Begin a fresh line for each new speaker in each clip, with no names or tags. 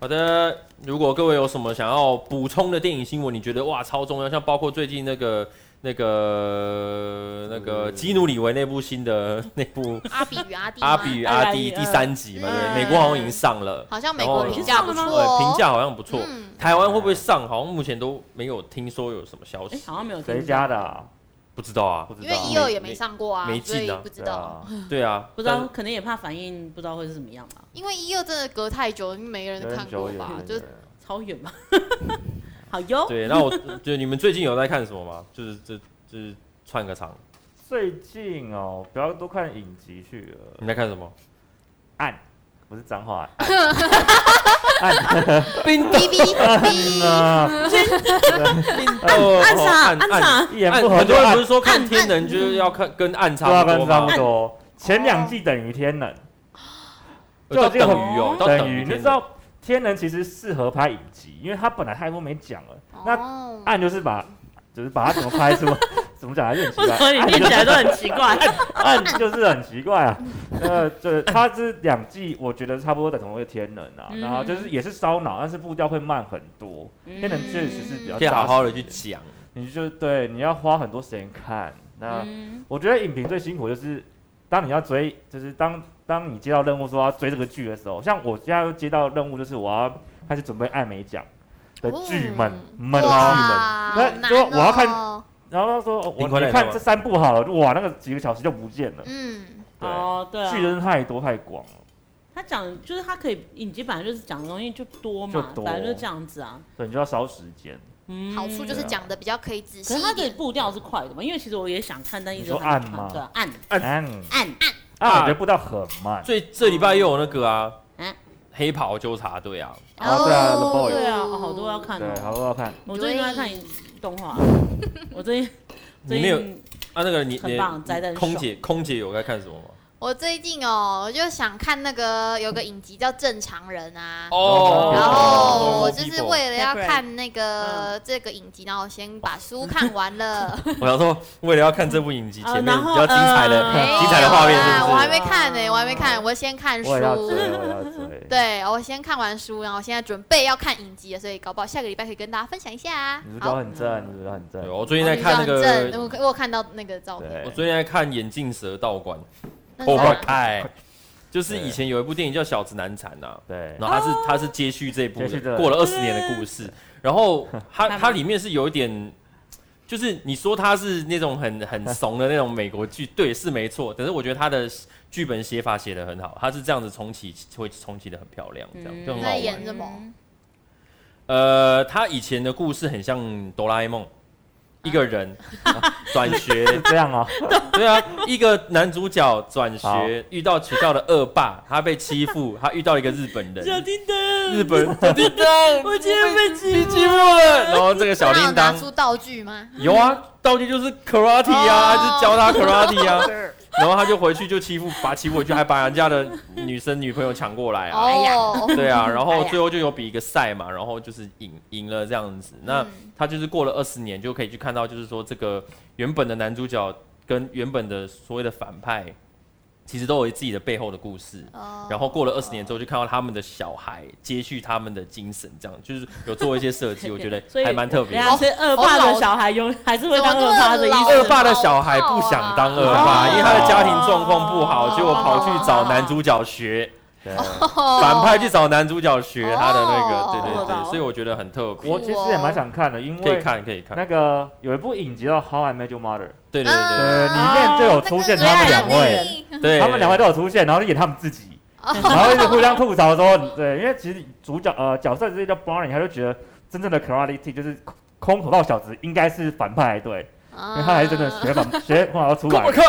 好的，如果各位有什么想要补充的电影新闻，你觉得哇超重要，像包括最近那个那个那个基努里维那部新的 那部《
阿比与嗯阿弟吗，
阿比与阿弟》第三集嘛，对不对，
嗯
美国好像已经上了，
好像美
然后
国评价不错哦，
对，评价好像不错。
嗯，
台湾会不会上？好像目前都没有听说有什么消
哎
息，，
好像没有
谁
增加，
家的啊？
不知道啊
不。知
因
道
为
啊。
一二也没上过啊
没，
所以
进啊
不知
对
道。
啊，
对啊，
不知道可能也怕反应不知道会是怎么样吧，
因为一二真的隔太久，每个 人
有
都
点
看
久
过
远
吧
了，
就
对
超远 吧。好哟
但。，对。那我就你们最近有在看什么吗？就是这就是串个场，
最近哦，不要多看影集去了。
你在看什么？
暗，不是脏话，
哔哔
嗯
哔，
啊，
哦
暗
哦
杀
暗
暗杀，
一言
暗
不合
很
就
多人啊
暗
不，是说看
暗
天能就是要看跟暗
对
差
啊
不多
跟差
吗？
不多。前两
哦
季等于天能，
呃到
就这
等
个
于哦，到
等
等
于
于
你就
天能。
知道天能其实适合拍影集，因为他本来太多没讲了， 那
哦
暗就是把就是把它怎么拍出，怎么讲还是很奇
为
怪
什。么你念起来都很奇怪？
暗就是很奇怪啊，呃，就是它这两季我觉得差不多等同于天能啊，
嗯
然后就是也是烧脑，但是步调会慢很多。天能确实是比较
可以好好的
扎
去
实一点
讲，
你就对你要花很多时间看。那、
嗯，
我觉得影评最辛苦就是当你要追，就是当当你接到任务说要追这个剧的时候，像我现在接到任务就是我要开始准备艾美奖的剧们
哦
们
哇
啊那
好难
说我要看
哦
剧们，然后他说哦
冰
我
块
你
奶
看
酪
这三部好了，哇，那个几个小时就不见了。
嗯，
对，
哦，对
剧
啊，
真的太多太广了。
他讲就是他可以影集本来就是讲的东西就多嘛，
就多
反正就这样子啊。
对，你就要烧时间。
嗯，
好处就是
对啊
讲的比较可以仔细
可是
一
它的
点，
步调是快的嘛，因为其实我也想看，但一直
你说
还没
按
看
吗
对啊，按
嗯，
按，
啊，我觉得步调很慢。
所以这礼拜又有那个啊
嗯，
黑袍纠察队啊，
哦对啊，The Boys
对啊，好多要看
对，好
哦。
不好看？
我最近都在看动 画，我最近
你
最
没有
近
啊那个你
很
你
棒宅得很
空
爽
姐空姐有在看什么吗？
我最近哦，我就想看那个有个影集叫《正常人》啊。
哦，
然后我
Normal
就是
People
为了要
Separate 嗯
看那个这个影集，然后我先把书看完了。
我想说，为了要看这部影集，
呃
前面
然
比
后
较精彩的、
呃
精彩的画面
没
是不
有啦啊哎我还
是？
没看呢、我还没看，我先看书
我。也要追，我也要追。
嗯对，我先看完书，然后现在准备要看影集了，所以搞不好下个礼拜可以跟大家分享一下啊
你。是不是
好，
很正？你是不是很
对
正？
我最近在看那
女生很哦正
个，
我我有看到那个照片，
对
我，最近在看《眼镜蛇道馆》
那
，Oh
是
my
啥
god！就是以前有一部电影叫《小子难缠》啊呐，
对，
然后它是它是接续这部
接续
的，
的
过了二十年的故事，然后它
慢慢
它里面是有一点。就是你说它是那种很 很怂的那种美国剧，对，是没错。但是我觉得它的剧本写法写得很好，它是这样子重启，会重启的很漂亮，这样就很好
那
玩。
演什
嗯
么？
呃，他以前的故事很像哆啦 A 梦，一个人转、
是
学，
这样 哦。
对啊，一个男主角转
好
学遇到学校的恶霸，他被欺负，他遇到一个日本
小
人，
叮当，
日本小叮当，
我今天被欺负
欺负了，然后这个小
他有
叮
拿
当
出道具吗？
有啊，道具就是 karate 啊，
哦
他就教他 karate 啊，然后他就回去就欺负，把欺负回去，还把人家的女生女朋友抢过来啊，
哦，
对 啊，然
哎
后
呀
最后就有比一个赛嘛，然后就是赢赢了这样子， 那。
嗯
他就是过了二十年就可以去看到，就是说这个原本的男主角跟原本的所谓的反派，其实都有自己的背后的故事。
哦
然后过了二十年之后，就看到他们的小孩接续他们的精神，这样就是有做一些设计，我觉得
所以
还蛮特别
人
的。
家是恶霸的小孩， 永还是会当恶霸的意
哦怎么那么
思。
老
恶霸的小孩不想当恶霸，
哦
因为他的家庭状况不好，
哦
结果跑去找男主角学，
对，
哦
反派去找男主角学他的那
哦
个，对对
我懂
对，所以我觉得很特别
我，其实也蛮想看的，因
可以
为
看可以看
那，个有一部影集叫《How I Met Your Mother
对对对
呃里面就有出现他们两位，
嗯
对对，》，
他们两位都有出现，然后就演他们自己，然后一直互相吐槽说，对，因为其实主角呃角色之一叫 Barney，他就觉得真正的 karate 就是空口道小子应该是反派，对，
啊
因为他还是真的学反学空口道出 来的。
看，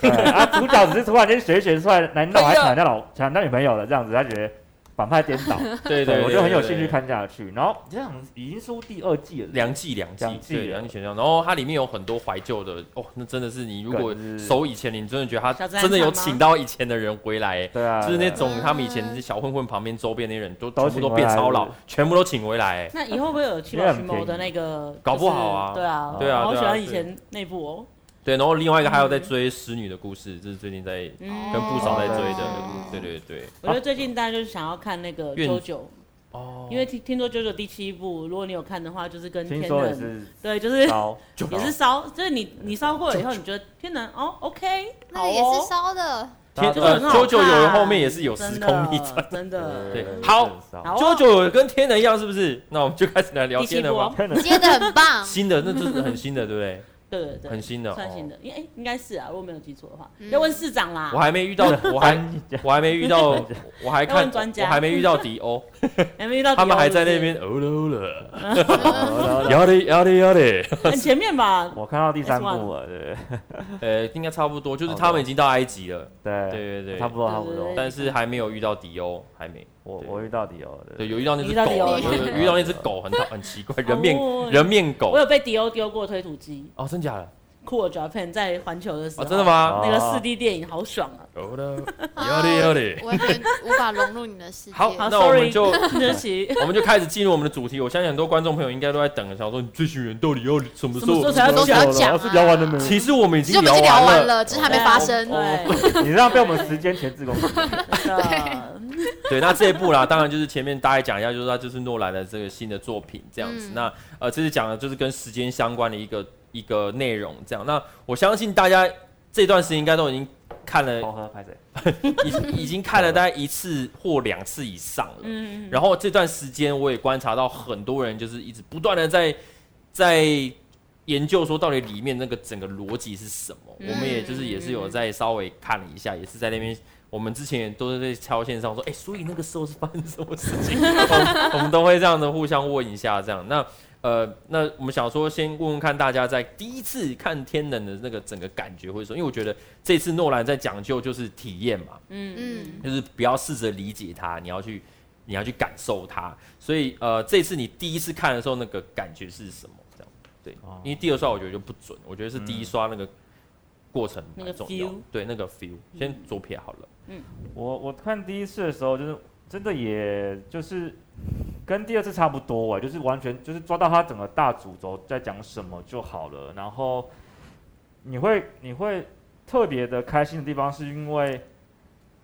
对啊，主角只是突然间学一学出来，难道还抢人家老抢人家女朋友了？这样子，他觉得反派颠倒，
对
对
对，
我就很有
对
兴趣。看下去。然后这样已经出第二季了，
两季两季，
两季
对
了
两季选项，然后它里面有很多怀旧的哦，那真的是你如果
梗是
熟以前的，你真的觉得他
小自然
真的有
餐吗
请到以前的人回来，欸
对啊，
就是那
对啊
种
嗯
他们以前小混混旁边周边那些人都
都
全部都
请回
变
来
超老
了，
全部都请回来，欸
那以后会不会有七宝寻谋的那个？
搞不好
就
啊
是对啊，
对啊
我好
对啊
喜欢以
对
前那部哦。
对，然后另外一个还有在追《使女的故事》，这是最近在
嗯
跟不少在追的
哦，
对对对，
我觉得最近大家就是想要看那个
愿
九九，
哦，
因为听听说九九第七部，如果你有看的话，就是跟
听
天
说也
能，
是
对，就是
高，
也是烧，就是你你烧过了以后，你觉得天能哦，OK，
那
好
个也是
哦，
烧的，
天
就是
呃
很好看
九九有人后面也是有时
哦真
空逆
的
转，
真的，
对好
好哦
九九有跟天人一样是不是？那我们就开始来聊
第七
天了
部
吧
哦。
天能
接的很 棒。
新的那就是很新的，对不对？
对 对对，
很新的，
算
哦
新的，因为哎应该是啊，如果没有记错的话
嗯，
要问市长啦
我，还没遇到，我 还
翻
我还没遇到， 我还
要
看
问专，家
我还没遇到迪欧，
还没遇到
他们
迪欧
还在
是不
那
是
边哦了哦 了，
哦
要的要的要的，
很前面吧，
我看到第三
S1
部了，对对
呃，应该差不多，就是哎他们已经到埃及了，
对
对对
差
对
不，多
对
差不多
对。
但是还没有遇到迪欧，还没，
我
对
我遇到底有的，
对，有遇到那只
遇到迪
狗，
欧
有有遇到那只狗很讨很奇 怪，人面
哦
人面狗
我，有被迪欧丢过推土机
哦，真假的？
，Cool Japan 在环球的时候，
哦，真的？吗？
那个四 D 电影好爽 啊！
哦了，
啊
要的要的。
完全无法融入你的世界。
好
好
那我们
，sorry，
就
对不起，
我们就开始进入我们的主题，我相信很多观众朋友应该都在等，想说你这群人到底要什么时
什么时
候
候？才要
都
讲
要讲啊
是聊完了没？
其实我们已
其
经
实我们已经
聊
聊完
完了，哦
了，只是还没发生。
对，
你这样被我们时间前置工 作，
真的
对，那这一部啦，当然就是前面大概讲一下，就是它就是诺兰的这个新的作品这样子。
嗯
那呃，这次讲的就是跟时间相关的一个一个内容这样。那我相信大家这段时间应该都已经看了，
好喝拍谁？
已已经看了大概一次或两次以上了。
嗯，
然后这段时间我也观察到很多人就是一直不断的在在研究说到底里面那个整个逻辑是什么。
嗯
我们也就是也是有在稍微看了一下，也是在那边。我们之前也都是在敲线上说，哎、所以那个时候是发生什么事情？ 我们我们都会这样的互相问一下，这样。那呃，那我们想说，先问问看大家在第一次看《天能》的那个整个感觉，或者说，因为我觉得这次诺兰在讲究就是体验嘛，
嗯
就是不要试着理解它，你要去你要去感受它。所以呃，这次你第一次看的时候，那个感觉是什么？这样对，
哦
因为第二刷我觉得就不准，我觉得是第一刷那个过程蛮重
那
要
个
的
feel 嗯
对那个 feel，先左撇好了。
我我看第一次的时候，就是真的也就是跟第二次差不多哎、就是完全就是抓到它整个大主轴在讲什么就好了。然后你会你会特别的开心的地方，是因为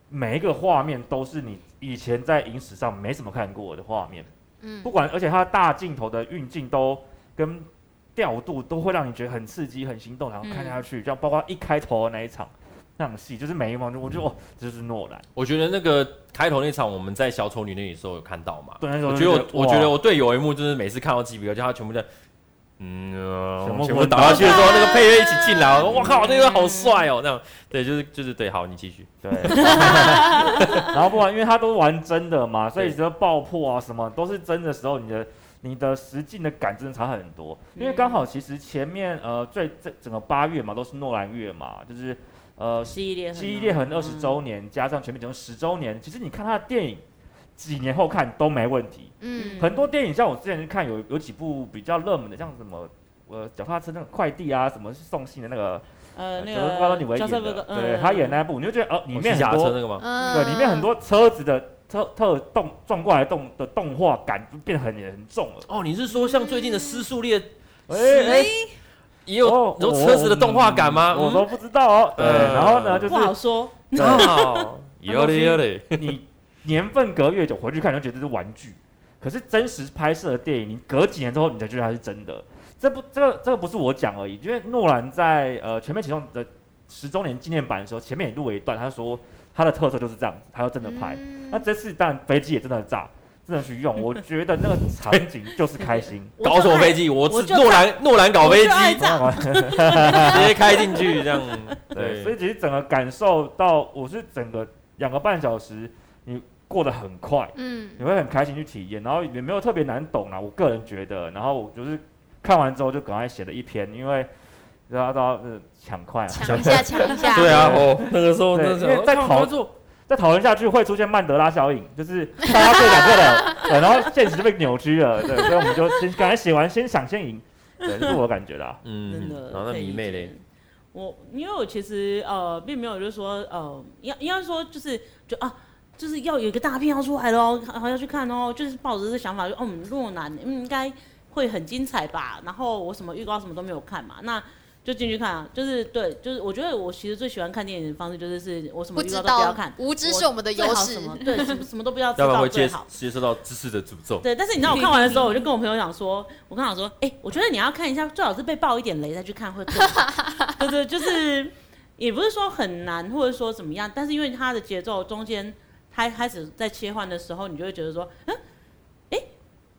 每一个画面都是你以前在影史上没怎么看过的画面，
嗯
不管而且它大镜头的运镜都跟调度都会让你觉得很刺激、很心动，然后看下去。这样包括一开头的那一场那场戏，就是每一幕，我就哦，这就是诺兰。
我觉得那个开头那场我们在小丑女那里的时候有看到嘛？
对，那时
我
候
觉得我
就
我觉得
哇
我队友一幕就是每次看到鸡皮疙瘩，就他全部在。嗯，呃
全部
全部
混
打
搭
下去的时候，那个配乐一起进来，我靠，那个好帅哦！那样，对，就是就是对，好，你继续。
对， 然后不管因为他都玩真的嘛，所以
对
只要爆破啊什么都是真的时候，你的你的实际的感真的差很多。因为刚好其实前面呃最这整个八月嘛都是诺兰月嘛，就是
嗯
呃
系列
记忆裂痕二十周年加上全面启动十周年，其实你看他的电影几年后看都没问题。
嗯
很多电影像我之前去看有有几部比较热门的，像什么呃脚踏车那个快递啊，什么送信的那个。
呃那
啊就是
个
包括你为演
Joseph Gordon-
的，
嗯
对他演那一部，你就觉得哦，里面
骑脚
很
踏车
多，
那个吗？
嗯
对，里面很多车子的特特动撞过来的动的动画感就变得很严重了。
哦，你是说像最近的《失速列》
哎哎，
也有
哦
有车子的动画感吗？嗯
我都不知道哦。对，
呃
然后呢，就
不好
是
说，
对
哦
好， 有嘞有嘞，
你年份隔越久回去看，你就觉得这是玩具。可是真实拍摄的电影，你隔几年之后你才觉得它是真的。这不，这个这个不是我讲而已，因为诺兰在呃《全面启动》的十周年纪念版的时候，前面也录了一段，他说他的特色就是这样子，他要真的拍。那这次但飞机也真的炸，真的去用，我觉得那个场景就是开心。
我就
搞什么
爱
飞机？我
我
自
就
诺 兰诺兰搞飞机哦
我就， 爱炸
直接开进去这 样。
对，所
对，
以其实整个感受到，我是整个两个半小时，你过得很快，你
嗯
会很开心去体验，然后也没有特别难懂啊啦，我个人觉得。然后我就是看完之后就赶快写了一篇，因为大家知道呃抢快啊，
抢一下，抢一下。
对啊， 哦，那个时候
对
那时
因
候
为在
看
考
观众
再讨论下去会出现曼德拉效应，就是大家对两个人，对，呃然后现实就被扭曲了，对，所以我们就先赶快写完，先想先赢，对，这是我的感觉 啦。
嗯
真，的。
然后那
可以
迷
理
妹
解
嘞，。
我因为我其实呃并没有就是说呃应应该说就是就啊。就是要有一个大片要出来喽，然后要去看哦，就是抱着这个想法，就嗯，诺兰，嗯，应该会很精彩吧。然后我什么预告什么都没有看嘛，那就进去看啊，就是对，就是我觉得我其实最喜欢看电影的方式就是是我什么
不
预
知
告都不要看，
无知
我
是我们的
最
优
好
势
什。么对什么什么都不要 知
要不然
道
会
最
接
好。
接受到知识的诅咒。
对，但是你知道我看完的时候，我就跟我朋友讲说，我刚想说，哎、我觉得你要看一下，最好是被爆一点雷再去看会更好。对对，就是也不是说很难，或者说怎么样，但是因为它的节奏中间，它开始在切换的时候，你就会觉得说，嗯，哎、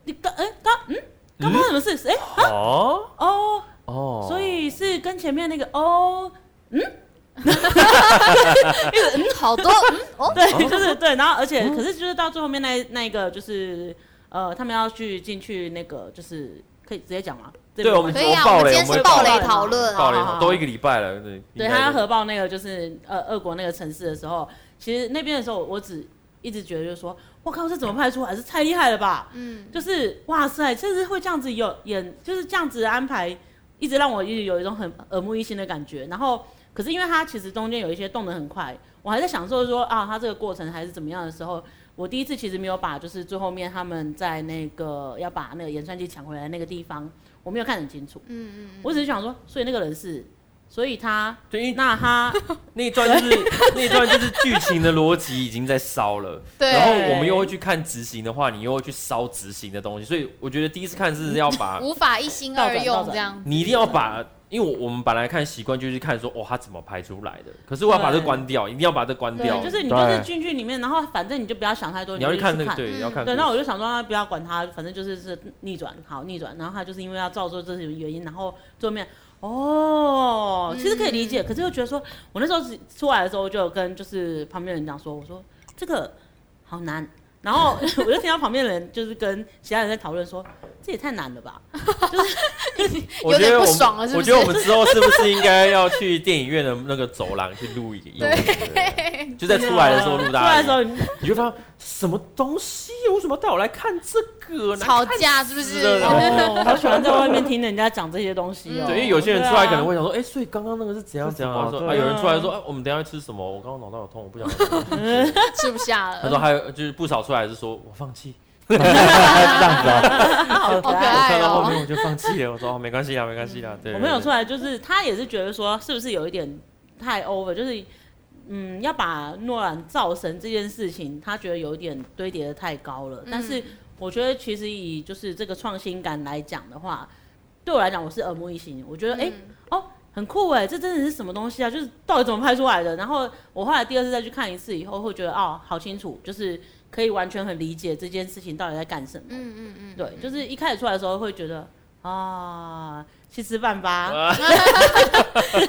你刚，哎、刚，嗯，刚刚什么事？哎、
哦
哦，
哦
所以是跟前面那个哦，
嗯，好多，嗯， 哦，
对，就是对，然后而
嗯
且可是就是到最后面那那一个就是呃，他们要去进去那个就是可以直接讲吗？这
对
边
我们
可以啊，
我们爆
我们
雷
今天
我
是
们
暴
爆
雷
雷
讨论，
爆
啊
好好
雷
好
都一个礼拜了，对，
对
应该
他核爆那个就是呃俄国那个城市的时候，其实那边的时候，我只一直觉得就是说，我靠，这怎么拍出来？这太厉害了吧！
嗯，
就是哇塞，就是会这样子有演，就是这样子安排，一直让我一直有一种很耳目一新的感觉。然后，可是因为它其实中间有一些动得很快，我还在享受说啊，它这个过程还是怎么样的时候，我第一次其实没有把就是最后面他们在那个要把那个演算机抢回来那个地方，我没有看很清楚。嗯嗯嗯，我只是想说，所以那个人是，所以他。
对，因为
那他
那一段就是那一段就是剧情的逻辑已经在烧了，
对
然后我们又会去看执行的话，你又会去烧执行的东西，所以我觉得第一次看是要把
无法一心二用这样。
你一定要把，因为我我们本来看习惯就是看说哦他怎么拍出来的，可是我要把这
对
关掉，一定要把这关掉，
对，就是你就是
对
进去里面，然后反正你就不要想太多，
你要
就
去
去
看那个
看
对，
嗯
你要看故
对，
事。
那我就想说，啊不要管他，反正就是是逆转，好逆转。然后他就是因为要照做这些原因，然后最后面哦，其实可以理解，可是又觉得说，我那时候只出来的时候，就有跟就是旁边人讲说，我说这个好难。然后我就听到旁边的人就是跟其他人在讨论说，这也太难了吧。
我觉得
有点不
我们
爽了是不
我
是
觉得我们之后是不是应该要去电影院的那个走廊去录影？用一个就在出来的时候录
啊出来
大
的时
家，
啊
候，你
你就发现什么东西？为什么带我来看这个？呢？
吵架是不是？
死了
哦，好喜欢在外面听人家讲这些东西哦。啊
对，因为有些人出来可能
会。
会想说，哎、所以刚刚那个是怎样怎样啊？
是什
说
么对
啊，
啊
有人出来说，啊，我们等一下吃什么？我刚刚脑袋有痛，我不想吃东西。
吃不下
他说
了，
还有就是不少出来是说我放弃，
这样子啊，
好
好可
我
爱
看到后
哦。
面我就放弃了。我说哦，没关系啊，没关系啊。对，
哎嗯我朋友
对
出来就是他也是觉得说，是不是有一点太 over，就是嗯，要把诺兰造神这件事情，他觉得有一点堆叠的太高了。但是我觉得其实以就是这个创新感来讲的话，对我来讲我是耳目一新，我觉得哎、诶
嗯
哦。很酷哎，这真的是什么东西啊？就是到底怎么拍出来的？然后我后来第二次再去看一次以后，会觉得哦，好清楚，就是可以完全很理解这件事情到底在干什么。
嗯嗯嗯，
对，就是一开始出来的时候会觉得啊，去吃饭吧，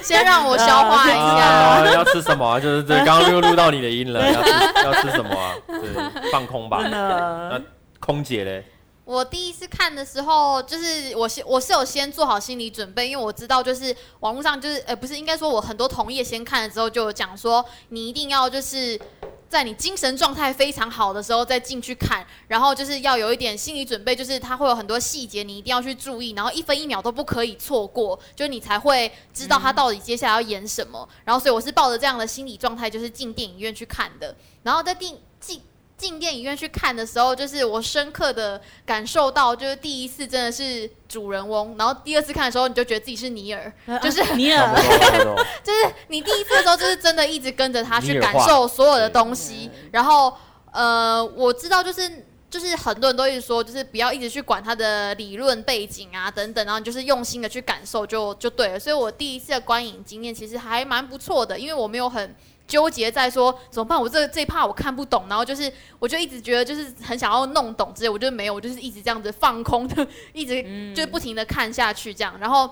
先让我消化一下。
啊， 要吃什么啊？就是对，刚刚又录到你的音了，要吃要吃什么啊？对，放空吧
真。的，
空姐嘞，
我第一次看的时候，就是我先我是有先做好心理准备，因为我知道就是网络上就是呃不是应该说我很多同业先看了之后就有讲说你一定要就是。在你精神状态非常好的时候再进去看，然后就是要有一点心理准备，就是它会有很多细节你一定要去注意，然后一分一秒都不可以错过，就是你才会知道它到底接下来要演什么。然后所以我是抱着这样的心理状态，就是进电影院去看的。然后在电进进电影院去看的时候，就是我深刻的感受到，就是第一次真的是主人翁，然后第二次看的时候，你就觉得自己是尼尔，就是
尼
差不
尔，
多差不多。
就是你第一次的时候，就是真的一直跟着他去
尼尔
感
化
受所有的东西。然后，呃，我知道就是就是很多人都一直说，就是不要一直去管他的理论背景啊等等，然后你就是用心的去感受就就对了。所以我第一次的观影经验其实还蛮不错的，因为我没有很。纠结在说怎么办？我这这一趴我看不懂，然后就是我就一直觉得就是很想要弄懂之类，我就没有，我就是一直这样子放空 的，一直
嗯
就不停的看下去这样。然后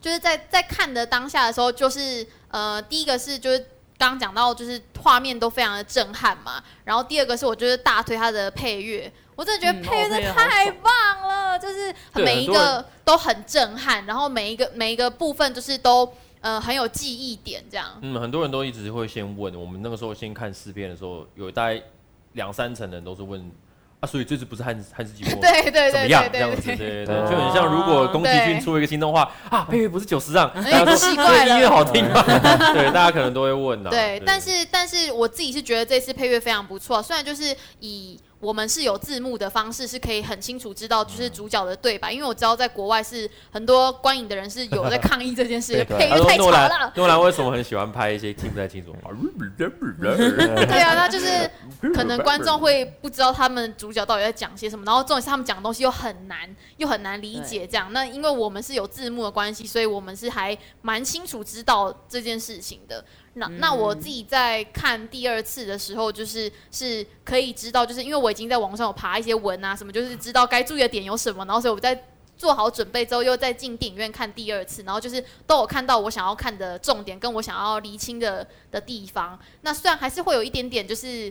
就是在在看的当下的时候，就是呃，第一个是就是刚刚讲到，就是画面都非常的震撼嘛。然后第二个是我就是大推它的配乐，我真的觉得
嗯
配乐
哦
真
配乐
的
好爽
太棒了，就是
对
每
很
一
多人
个都很震撼，然后每一个每一个部分就是都呃很有记忆点这样。
嗯，很多人都一直会先问，我们那个时候先看试片的时候，有大概两三成人都是问啊，所以这次不是汉斯汉斯季默吗？
对对
怎么
对
样
对
这样子，对
对
对
对，
对，
哦
就很像如果宫崎骏
对
出了一个新动画啊，配乐不是九十让，
哎
大家说
奇怪
这
了
音乐好听吗？ 对，大家可能都会问啊。
对，但是但是我自己是觉得这次配乐非常不错，虽然就是以我们是有字幕的方式，是可以很清楚知道
嗯
就是主角的对白，因为我知道在国外是很多观影的人是 有在抗议这件事， 配
他
乐
说
太吵
诺兰
了，。
诺兰为什么很喜欢拍一些听不太清楚？
对 啊，他就是可能观众会不知道他们主角到底在讲些什么，然后重点是他们讲的东西又很难，又很难理解这样。那因为我们是有字幕的关系，所以我们是还蛮清楚知道这件事情的。那那我自己在看第二次的时候，就是是可以知道，就是因为我已经在网上有爬一些文啊什么，就是知道该注意的点有什么，然后所以我在做好准备之后，又再进电影院看第二次，然后就是都有看到我想要看的重点，跟我想要厘清的的地方。那虽然还是会有一点点就是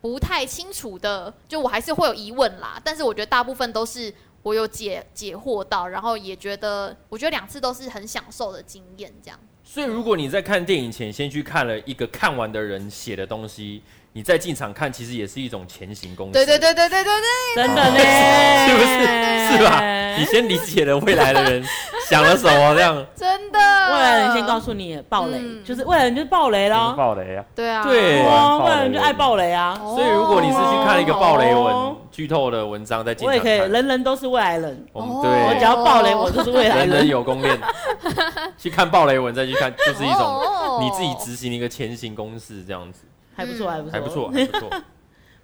不太清楚的，就我还是会有疑问啦，但是我觉得大部分都是我有解解惑到，然后也觉得我觉得两次都是很享受的经验，这样。
所以如果你在看电影前先去看了一个看完的人写的东西，你再进场看，其实也是一种前行攻势。
对对对对对对对，
真的呢，
是不是？是吧？你先理解了未来的人想了什么，这样
真的。
未来人先告
诉，
诉你暴雷，
嗯
就是未来人就是暴雷
就是
咯。
爆雷啊！哦
对啊，
对
哇，未来人就爱暴雷啊！
哦
所以如果你是去看一个暴雷文
哦、
剧透的文章，再进
我也
场
可以，
看，
人人都是未来人。
我
哦
们
我只
对
要暴雷，我就是未来
人人
人。
有攻略，去看暴雷文再去看，就是一种
哦
你自己执行一个前行公式，这样子
还不错，还不错，
还不错，，还不 错。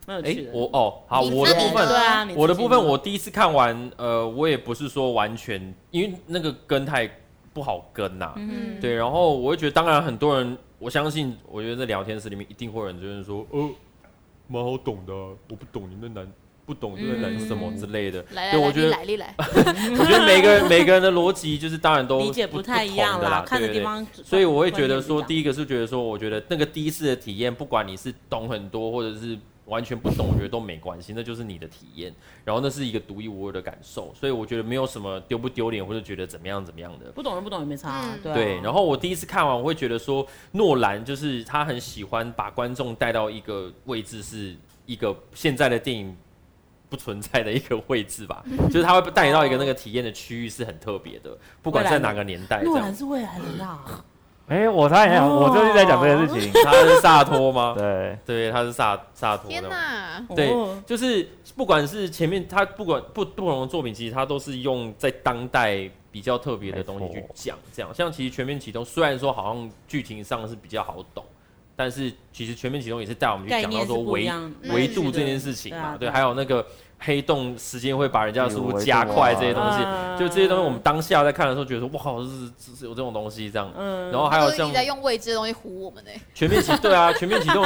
蛮有
哎
趣，的。
我哦，好，
你
我的
自己
部分
对啊，你自己
我的部分，
呢
我第一次看完，呃，我也不是说完全，因为那个跟太不好跟呐、
嗯
对，然后我会觉得，当然很多人，我相信，我觉得在聊天室里面一定会有人就是说，呃，蛮好懂的啊、我不懂你们难，不懂你们难什么
嗯
之类的。
来来
对，
来，
我
你
觉得，
来你来，
我觉得每个人每个人的逻辑就是当然都
理解
不
太一样
不同的啦，
看的
对
地
对
方。
所以我会觉得说，
一，
第一个是觉得说，我觉得那个第一次的体验，不管你是懂很多，或者是完全不懂，我觉得都没关系，那就是你的体验。然后那是一个独一无二的感受，所以我觉得没有什么丢不丢脸，或者觉得怎么样怎么样的。
不懂就不懂也没差啊
嗯，
对，
啊
然后我第一次看完，我会觉得说，诺兰就是他很喜欢把观众带到一个位置，是一个现在的电影不存在的一个位置吧，就是他会带你到一个那个体验的区域是很特别的，不管在哪个年代。这
诺
样。
兰是未来人啊，
哎，我差点想，
哦
我就是在讲这件事情。
他是萨托
哦
吗？
对，
对，他是萨萨托
天
的。
哪！
对
哦
就是不管是前面他不管不不同的作品，其实他都是用在当代比较特别的东西
没错
去讲，这样像其实《全面启动》虽然说好像剧情上是比较好懂，但是其实《全面启动》也是带我们去
概
讲到
念是
说
不一
维
样，
维
嗯
度
是的
这件事情嘛，
对
对，
啊
还有那个黑洞时间会把人家的速
有
度
维度
加快
啊
这些东西，
嗯
就这些东西我们当下在看的时候觉得说哇靠，这是这是有这种东西这样，
嗯
然后还有
就是一
像
直在用未知的东西唬我们呢。
全面启对 啊，全面启动，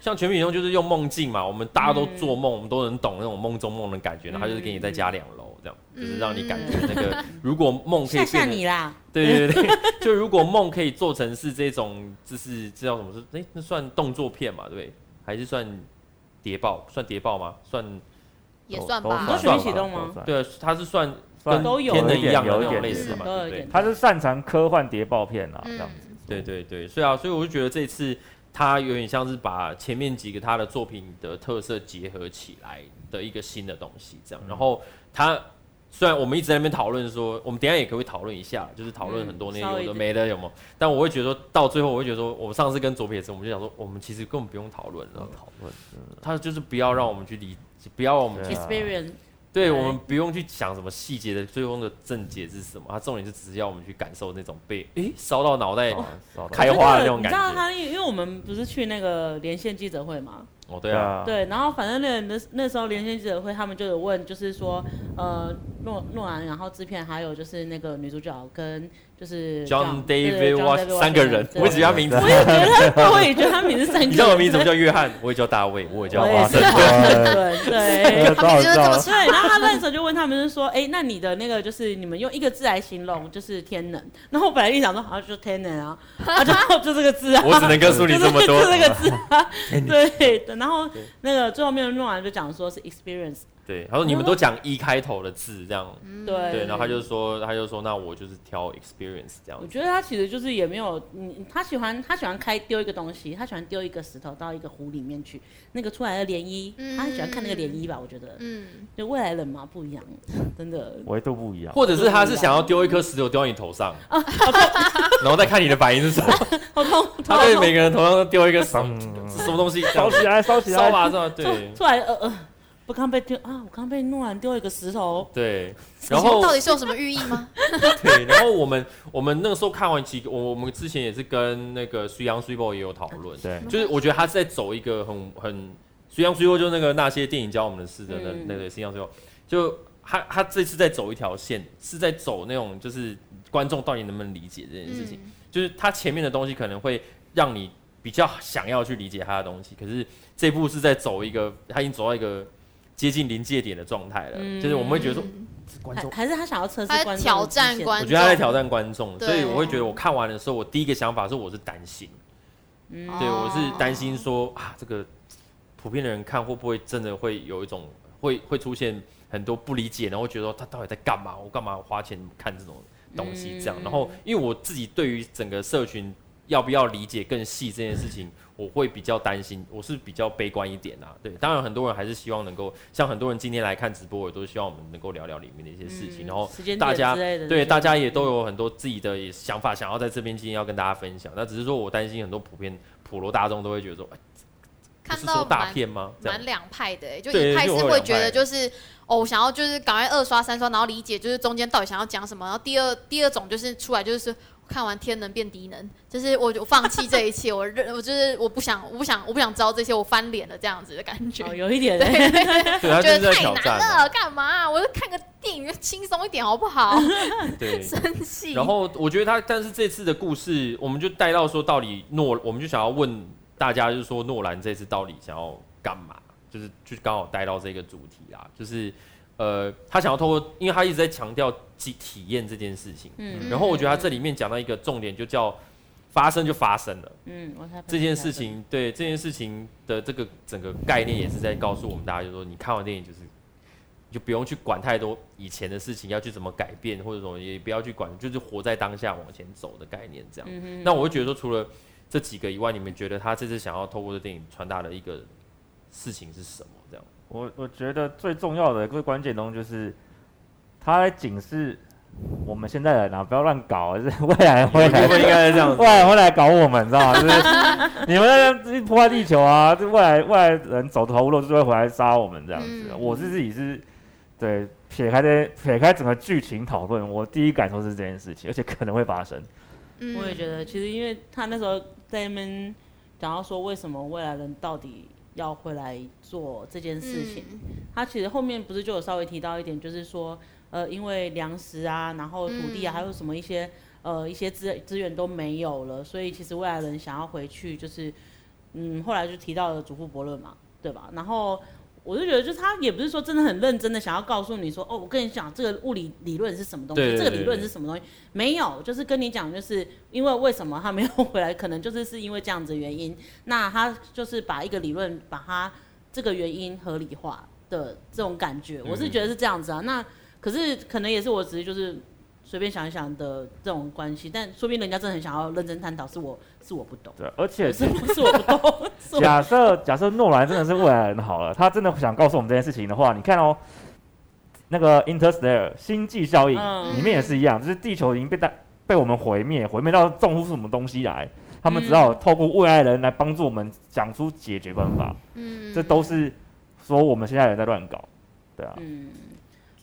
像全面启动就是用梦境嘛，我们大家都做
嗯
梦，我们都能懂那种梦中梦的感觉，然后就是给你再加两楼这样，就是让你感觉那个如果梦可以
吓嗯吓
变成，
你啦，
对对对对， 就如果梦可以做成是这种，就是这叫什么是？哎、那算动作片嘛，对不对？还是算谍报？算谍报吗？算
也
都
算
都
吧
你说
全面
启动吗
都算
对啊，它是算
算
跟
都有
天的
有
一
一点
样的
有一
那种
点
类似嘛，
都有
对不
一
对
点？
他是擅长科幻谍报片啊，这样子。
嗯，
对对对，所以啊，所以我就觉得这次他有点像是把前面几个他的作品的特色结合起来的一个新的东西，
嗯
这样。然后他虽然我们一直在那边讨论说，我们等一下也可以讨论一下，就是讨论很多那
嗯稍
些
微
有的
一点
没的有没有？但我会觉得说到最后，我会觉得说，我们上次跟左撇子，我们就想说，我们其实根本不用讨论了，
讨论
嗯
他就是不要让我们去理，不要让我们去
对啊
experience
对，
对
我们不用去想什么细节的最终的症结是什么，它重点是只是要我们去感受那种被诶烧到脑
哦
袋。
少
开花的那种
你知
感觉
道他，因为我们不是去那个连线记者会嘛，
哦，对啊，，
对，然后反正那个那那时候连线记者会，他们就有问，就是说，呃，诺诺兰，然后制片，还有就是那个女主角跟就是这
John
样对
David
John
Watt
David
三个人，
对
我只要名字
对。
我也觉得，我也觉得他们也是三个人，
你叫我名字，我叫约翰，我也叫大卫，我也叫
我
华
也
生
是。对对。
对，啊
他们就是这 么
对，然后他那时候就问他们，就说：“哎、那你的那个就是你们用一个字来形容，就是天能。”然后我本来一想说，好、啊、就天能啊，啊就 就这个字啊，
我只能告诉你这么多
就。是这个字 啊，对的。然后那个最后面弄完就讲说是 experience，
对，他说你们都讲一开头的字这样，
嗯
对
对，然后他就说，他就说，那我就是挑 experience 这样
我。觉得他其实就是也没有，嗯，他喜欢他喜欢开丢一个东西，他喜欢丢一个石头到一个湖里面去，那个出来的涟漪，
嗯
他很喜欢看那个涟漪吧？我觉得，
嗯，
就未来人嘛不一样，真的。
维度不一 样。
或者是他是想要丢一颗石头丢到你头 上，
哦
然后再看你的反应是什么。
好痛，
他
好
对
痛
每个人头上都丢一个什么
嗯
什么东西，
烧起来，烧起
烧
来！
吧，烧吧对
出。出来呃呃，不刚被丢啊，我刚被诺兰丢了一个石头，
对，
这
然
节目
后
到底是有什么寓意吗？
对，然后我们我们那个时候看完几个，我我们之前也是跟那个苏阳 s u p e 也有讨论，
对
就是我觉得他是在走一个很很虽然最后就那个那些电影教我们的事的那
嗯
那个新疆最后，就他他这次在走一条线，是在走那种就是观众到底能不能理解 这件事情，
嗯
就是他前面的东西可能会让你比较想要去理解他的东西，可是这部是在走一个他已经走到一个接近临界点的状态了，
嗯
就是我们会觉得说
嗯
这观
还
众。
还是他想要测试
他在
观众的
挑战
极限
观
我
众，
觉得他在挑战观众，
对
所以我会觉得我看完的时候，我第一个想法是我是担心，
嗯
对，我是担心
哦
说啊，这个普遍的人看会不会真的会有一种会会出现很多不理解，然后觉得说他到底在干嘛？我干嘛花钱看这种东西这样？然后因为我自己对于整个社群要不要理解更细这件事情，我会比较担心，我是比较悲观一点啊。对，当然很多人还是希望能够，像很多人今天来看直播，也都希望我们能够聊聊里面的一些事情，
嗯
然后
时间
大
点
家
之类的
对
那
大
些
家也都有很多自己的想法，想要在这边今天要跟大家分享。那只是说我担心很多普遍普罗大众都会觉得说，哎不
看
是
到
说大
蛮
片吗？这样
蛮两派的、欸，就
对
一派是
就会有
会觉
两派
得就是哦，我想要就是赶快二刷三刷，然后理解就是中间到底想要讲什么。然后第二第二种就是出来就是看完天能变敌能，就是我就放弃这一切，我认我就是我不想我不想我不想知道这些，我翻脸了这样子的感觉。
哦，有一点
对，
对，他就
觉
是
得
在
太
挑战
难
啊，
了，干嘛啊、我就看个电影，轻松一点好 不好？
对。
生气。
然后我觉得他，但是这次的故事，我们就带到说，到底诺，我们就想要问大家，就是说诺兰这次到底想要干嘛？就是就刚好带到这个主题啦，就是呃，他想要透过，因为他一直在强调体体验这件事情。
嗯
然后我觉得他这里面讲到一个重点，就叫发生就发生了。
嗯，我才
这件事情，对这件事情的这个整个概念也是在告诉我们大家，就是说你看完电影就是，你就不用去管太多以前的事情要去怎么改变，或者什么也不要去管，就是活在当下往前走的概念
嗯
这样。那我会觉得说，除了这几个以外，你们觉得他这次想要透过这电影传达的一个事情是什么？这样，
我我觉得最重要的、最关键的东西就是，他在警示我们现在人啊，不要乱搞，就是 未来会来
我们应该是这样子
未来会来搞我们，你知道吗？就是 你们在这边破坏地球啊，这未来未来人走投无路，就是会回来杀我们这样子。
嗯
我是自己是，对，撇开这撇开整个剧情讨论，我第一感受是这件事情，而且可能会发生。
嗯
我也觉得，其实因为他那时候在那边讲到说，为什么未来人到底要会来做这件事情，
嗯
他其实后面不是就有稍微提到一点，就是说，呃，因为粮食啊，然后土地啊，
嗯
还有什么一些呃一些资资源都没有了，所以其实未来人想要回去，就是嗯，后来就提到了祖父悖论嘛，对吧？然后我就觉得，就是他也不是说真的很认真的想要告诉你说，哦，我跟你讲这个物理理论是什么东西，
对对
这个理
对
论
对
是什么东西，没有，就是跟你讲，就是因为为什么他没有回来，可能就是是因为这样子的原因，那他就是把一个理论把它这个原因合理化的这种感觉，
嗯
我是觉得是这样子啊。那可是可能也是我只是就是随便想一想的这种关系，但说不定人家真的很想要认真探讨，是我是我不懂，
对，而且
是不是我不懂， 是我
假设假设诺兰真的是未来人好了，他真的想告诉我们这件事情的话，你看哦，那个《Interstellar》星际效应、
嗯
里面也是一样，就是地球已经被大被我们毁灭，毁灭到种出什么东西来，他们只好透过未来人来帮助我们想出解决办法，
嗯
这都是说我们现在人在乱搞，对啊，
嗯，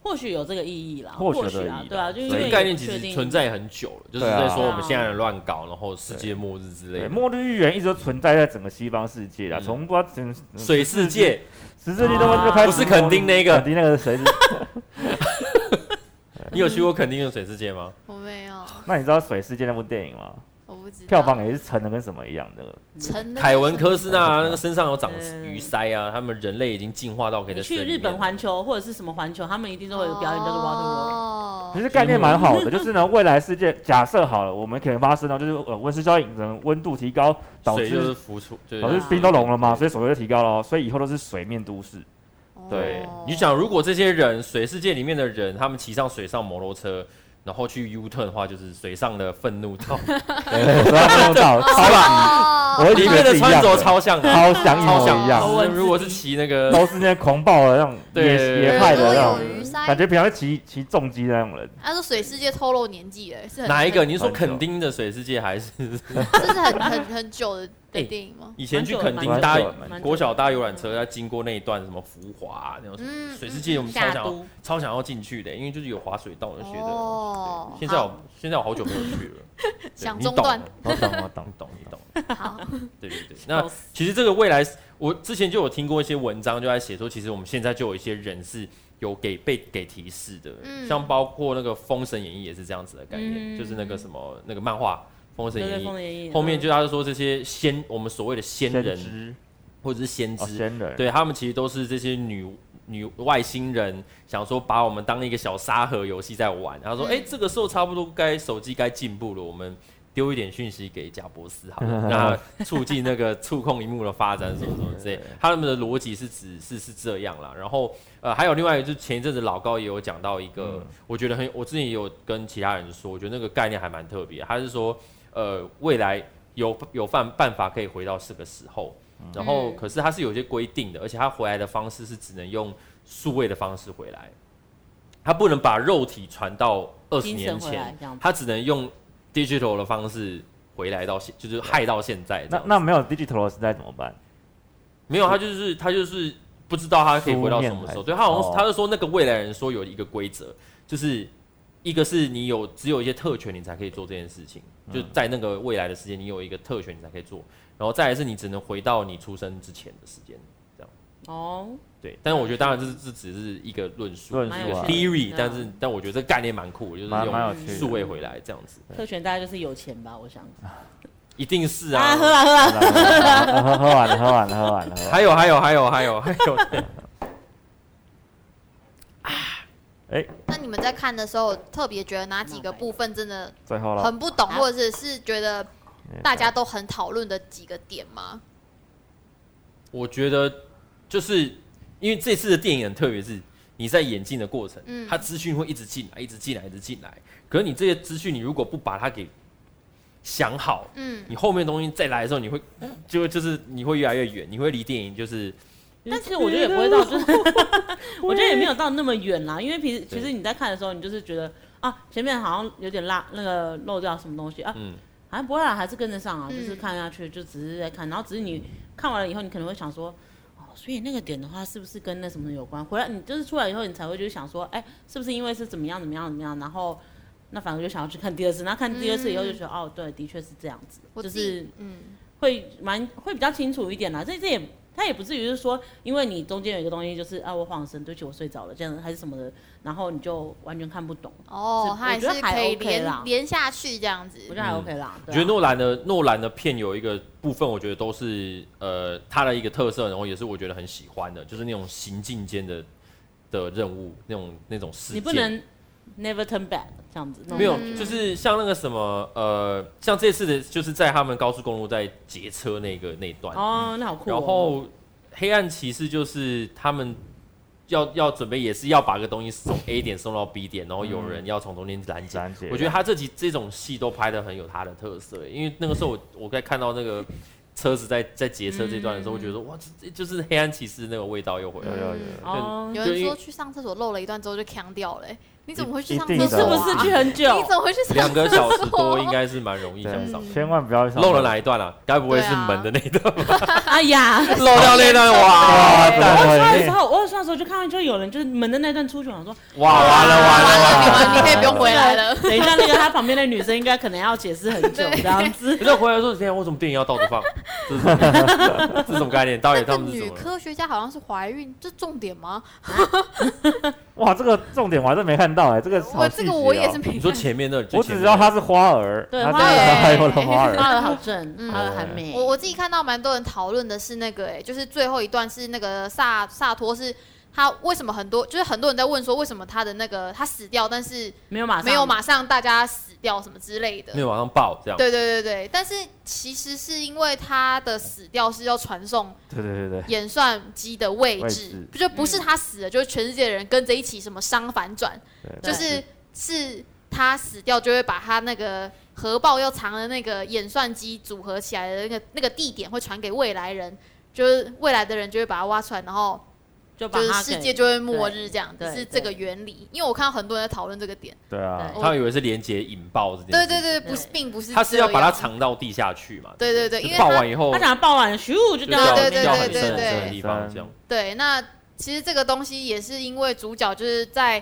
或许有这个意义啦，
或许有这个
啊
意义，
对啊，就因
这
为
个
也
概念其
确
实
定
存在很久了，就是
对啊
在说我们现在人乱搞，然后世界末日之类
对，啊
的，
末日预言一直都存在在整个西方世界啊，
嗯
从不知道整
水世界
十世纪都
啊
就开始
不是垦丁那个
垦丁那个谁？
你有去
嗯
过肯定的水世界吗？
我没有，
那你知道水世界那部电影吗？
我不知道
票房也是沉的跟什么一样的。
成
凯文科斯纳、
哦
啊、那个身上有长
嗯
鱼鳃啊，他们人类已经进化到可以在
你
水
去
里
日
面
本环球或者是什么环球，他们一定都有一个表演叫做 Water World。
哦
其实概念蛮好的，就是呢，未来世界假设好了，我们可能发生到就是呃温室效应，可能温度提高导
水就是
致
浮出，就
导致
是
冰都融了嘛，所以水位就提高了哦，所以以后都是水面都 市。对
哦
你想，如果这些人水世界里面的人，他们骑上水上摩托车，然后去 U turn 的话，就是水上的愤怒 到
对，所以他们都到超级，
哦
我会
里
觉
面的
得是一样
穿着
的，
超像的，
超像一
超
模一
像
样，
哦
的。如果是骑那个，
都是那些狂暴的那种
对
野野派的那
若
种
有。余塞
感，觉平常是骑骑重机那种人，
他说水世界透露年纪了，是很
哪一个？？你是说
很久
垦丁的水世界还是
很这是很 很很久的
哎
的电影吗？
以前去
蛮久
垦
的
丁
蛮
搭
久的蛮
久的
国小搭游览车，要经过那一段什么浮华、啊、那种
嗯
水世界，我们超
夏
想要
都
超想要进去的，因为就是有滑水道，我就觉得。
哦
现在我现在我好久没有去 了，对
想
你
中
懂
断
了
我懂我懂
你。懂你懂。
好好
对对对，那
笑死
其实这个未来，我之前就有听过一些文章，就在写说，其实我们现在就有一些人是有给被给提示的，
嗯
像包括那个《封神演义》也是这样子的概念，
嗯
就是那个什么那个漫画《封神
对
演
对，
义
风》的演绎
后面就他就说这些仙，我们所谓的仙
先
人
知
或者是先
哦，
知，
仙人，
对他们其实都是这些女女外星人想说把我们当一个小沙盒游戏在玩，然后说
嗯
哎、诶这个时候差不多该手机该进步了，我们丢一点讯息给贾博士好了，让他促进那个触控荧幕的发展什么什么之类，他们的逻辑是指是是这样啦，然后呃还有另外一个就是前一阵子老高也有讲到一个，我觉得很我之前也有跟其他人说，我觉得那个概念还蛮特别，他是说呃未来有有办办法可以回到这个时候。然后，
嗯
可是它是有些规定的，而且它回来的方式是只能用数位的方式回来，它不能把肉体传到二十
精
年
神回
前
来，这样子。
它只能用 digital 的方式回来到现，就是害到现在这
那
样子。
那没有 digital 的时代怎么办？
没有，他就是他就是不知道他可以回到什么时候。
书面还是
对他好像、
哦
他就说那个未来人说有一个规则，就是一个是你有只有一些特权你才可以做这件事情，
嗯
就在那个未来的时间你有一个特权你才可以做，然后再来是你只能回到你出生之前的时间。
哦，
对，但是我觉得当然这是这只是一个论述，
嗯论
一
述
个
啊，
第一
theory，
嗯
但是但我觉得这个概念蛮酷的，就是
蛮
用
蛮有趣的。
数位回来这样子，
特权大概就是有钱吧，我想。
一定是
啊，
啊。
喝啦喝啦，
喝喝喝完了，喝完了，喝完了，喝完了。
还有还有还有还有还有，
那你们在看的时候，特别觉得哪几个部分真的
最后了，
很不懂，
啊
或者是是觉得大家都很讨论的几个点吗？
我觉得就是因为这次的电影很特别，是你在演进的过程，
嗯
它资讯会一直进来，一直进来，一直进来。可是你这些资讯，你如果不把它给想好，
嗯，
你后面的东西再来的时候，你会就就是你会越来越远，你会离电影就是
但其实我觉得也不会到，就是 我觉得也没有到那么远啦，因为平时其实你在看的时候，你就是觉得啊，前面好像有点落那个漏掉什么东西啊，
嗯
好像不会啦，还是跟得上啊，
嗯
就是看下去，就只是在看，然后只是你看完了以后，你可能会想说。哦，所以那个点的话，是不是跟那什么有关？回来你就是出来以后，你才会就是想说，哎、是不是因为是怎么样怎么样怎么样？然后，那反而就想要去看第二次。那看第二次以后就觉得，哦，对，的确是这样子，
嗯我
就
自己
是
嗯
会蛮会比较清楚一点啦。这这也他也不至于是说，因为你中间有一个东西就是啊，我晃神，对不起，我睡着了，这样还是什么的，然后你就完全看不懂，
哦，
是
他还
我觉得
是
还
可以
OK
连、
啦
连下去这样子
我觉。得还 OK 啦。
嗯我
对
觉得
啊
诺呃兰的诺兰的片有一个部分，我觉得都是呃他的一个特色，然后也是我觉得很喜欢的，就是那种行进间的的任务，那种那种事件。
你不能 never turn back 这样子，那种
没有
感，觉
就是像那个什么呃，像这次的，就是在他们高速公路在劫车那个那一段，
哦，那好酷、哦。
然后黑暗骑士就是他们要要准备也是要把个东西从 A 点送到 B 点，然后有人要从中间拦截。
拦截
我觉得他这集这种戏都拍的很有他的特色，因为那个时候我我在看到那个车子在在劫车这段的时候，我觉得
嗯
说哇，这这就是黑暗骑士那个味道又回来
有
了。
有有，
哦，
有
就
人
因
说去上厕所漏了一段之后就腔掉了、欸你怎么会去
一
上
定
厕
你是
所、
的
啊？
不是去很久
你？怎么会去上厕所、
两个小时多应该是蛮容易想上
对，
的。
千万不要上
漏了哪一段啊？该不会是门的那一段 吧？
哎呀，
漏掉那段，
哇
哇
真
我
的
二刷的
哎
对
时候，我二刷的时候就看到就有人就是门的那段出去，我想说
哇，完了完了
完
完
了
了！
完了，你可以不用回来了。
等一下那个他旁边的女生应该可能要解释很久
对
这样子。
可是我回来说，天啊，为什么电影要倒着放？这是什么这是什么概念？导
那
演
个
他们是怎
女
么了？
科学家好像是怀孕，这重点吗？
哇，这个重点我还真没看到哎，这个好
我
细
这
节
个
哦
我也是
啊
没
你
看
说前面那，最
我只
前面
知道他是花儿，
对
他
花
真的
儿
还有 了花 儿，
画的好正，画的还美。
我我自己看到蛮多人讨论的是那个、哎，就是最后一段是那个萨萨托是他为什么很多，就是很多人在问说为什么他的那个他死掉，但是
没有马上
没有马上大家死掉什么之类的
没。有往上爆这样。
对对对对，但是其实是因为他的死掉是要传送
对对对对，
演算机的位
位
置
置，
就不是他死了，就是全世界的人跟着一起什么商反转，
对
就是是他死掉就会把他那个核爆要藏的那个演算机组合起来的那个那个地点会传给未来人，就是未来的人就会把它挖出来，然后
就把
就是
它
世
给
界就会末日这样，
对对
是这个原理。因为我看到很多人在讨论这个点，哦
对啊，
他们以为是连接引爆这件
对
事，
对对，
对
不是，并不是这
他
样，
是要把它藏到地下去嘛，
对对对，因
就
为
爆
它
完以后
他想要爆完，咻就
就
掉
掉
到
对
里面
对
掉
了
很
对
深很
对
深的
对
地方，这样
对，那其实这个东西也是因为主角就是在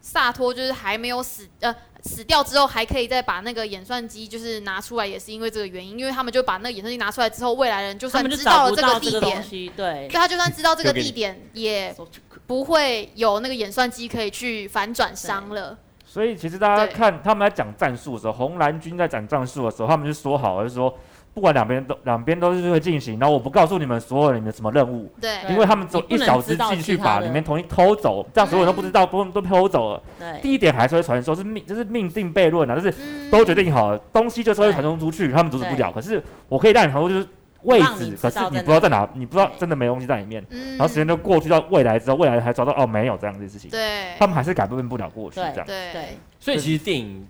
萨托就是还没有死，呃，死掉之后还可以再把那个演算机就是拿出来，也是因为这个原因，因为他们就把那个演算机拿出来之后，未来人就
他
算
们就
知道
找
了
不
个
到
地
这个东
点，
西，对
对，，他就算知道这个
丢给
地
你
点，也不会有那个演算机可以去反转伤了。
所以其实大家
对
看他们在讲战术的时候，红蓝军在讲战术的时候，他们就说好，就是说不管两边都两边都是会进行，然后我不告诉你们所有你们什么任务，
对
对
因为他们只有
你不
一
能
小
知
时
道
进
其
去
他
把
的
里面东西偷走，这样所有人都不知道，不都偷走了。
对，
第一点还是会传说，是命，就是命定悖论啊，就是
嗯
都决定好了，东西就是会传送出去，他们阻止不了。可是我可以让你传出就是位
让你
置，
知
可是
道
你
在
不知道在
哪
哪，你不知道
对
真的没东西在里面。
嗯
然后时间就过去到未来之后，未来才抓到哦没有这样的事情，
对
他们还是改变不了过去
对
这样。
对
对
所以其实电影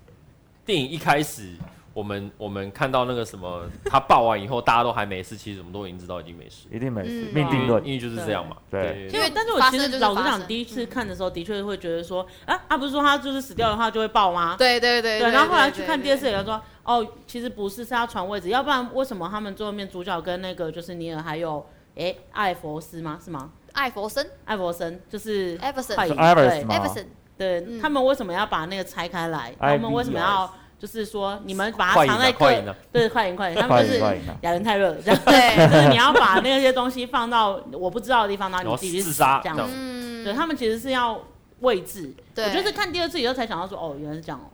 电影一开始，我们我们看到那个什么，他爆完以后大家都还没事，其实我们都已经知道已经没事，
一定没事
嗯，
命定
因
论
为。因为就是这样嘛。
对
对
其
对
因为
实，但是我
发
其
生就
实
是
老实
发
讲，
生
第一次
嗯
看的时候，的确会觉得说，啊，他不是说他就是死掉的话就会爆吗？
对对对
对，然后后来去看
对
第二次，也说，哦，其实不是，是他传位置，要不然为什么他们最后面主角跟那个就是尼尔还有诶艾佛斯吗？是吗？
艾佛森
艾佛森就是
艾佛森
快
是
银
Iverson 吗
艾佛森，
对对，
嗯
他们为什么要把那个拆开来？他们为什么要就是说你们把
快
它
赢
藏在
啊，快赢
各
啊！
对快银快银，他
快
们
赢
就是
快赢啊
亚人太热了，这样
对，
就是你要把那些东西放到我不知道的地方，然后
然
你
后
自己去
自
死
杀
这样
这样
子。
嗯，
对他们其实是要位置，
对
我就是看第二次以后才想到说，哦，原来是这样哦。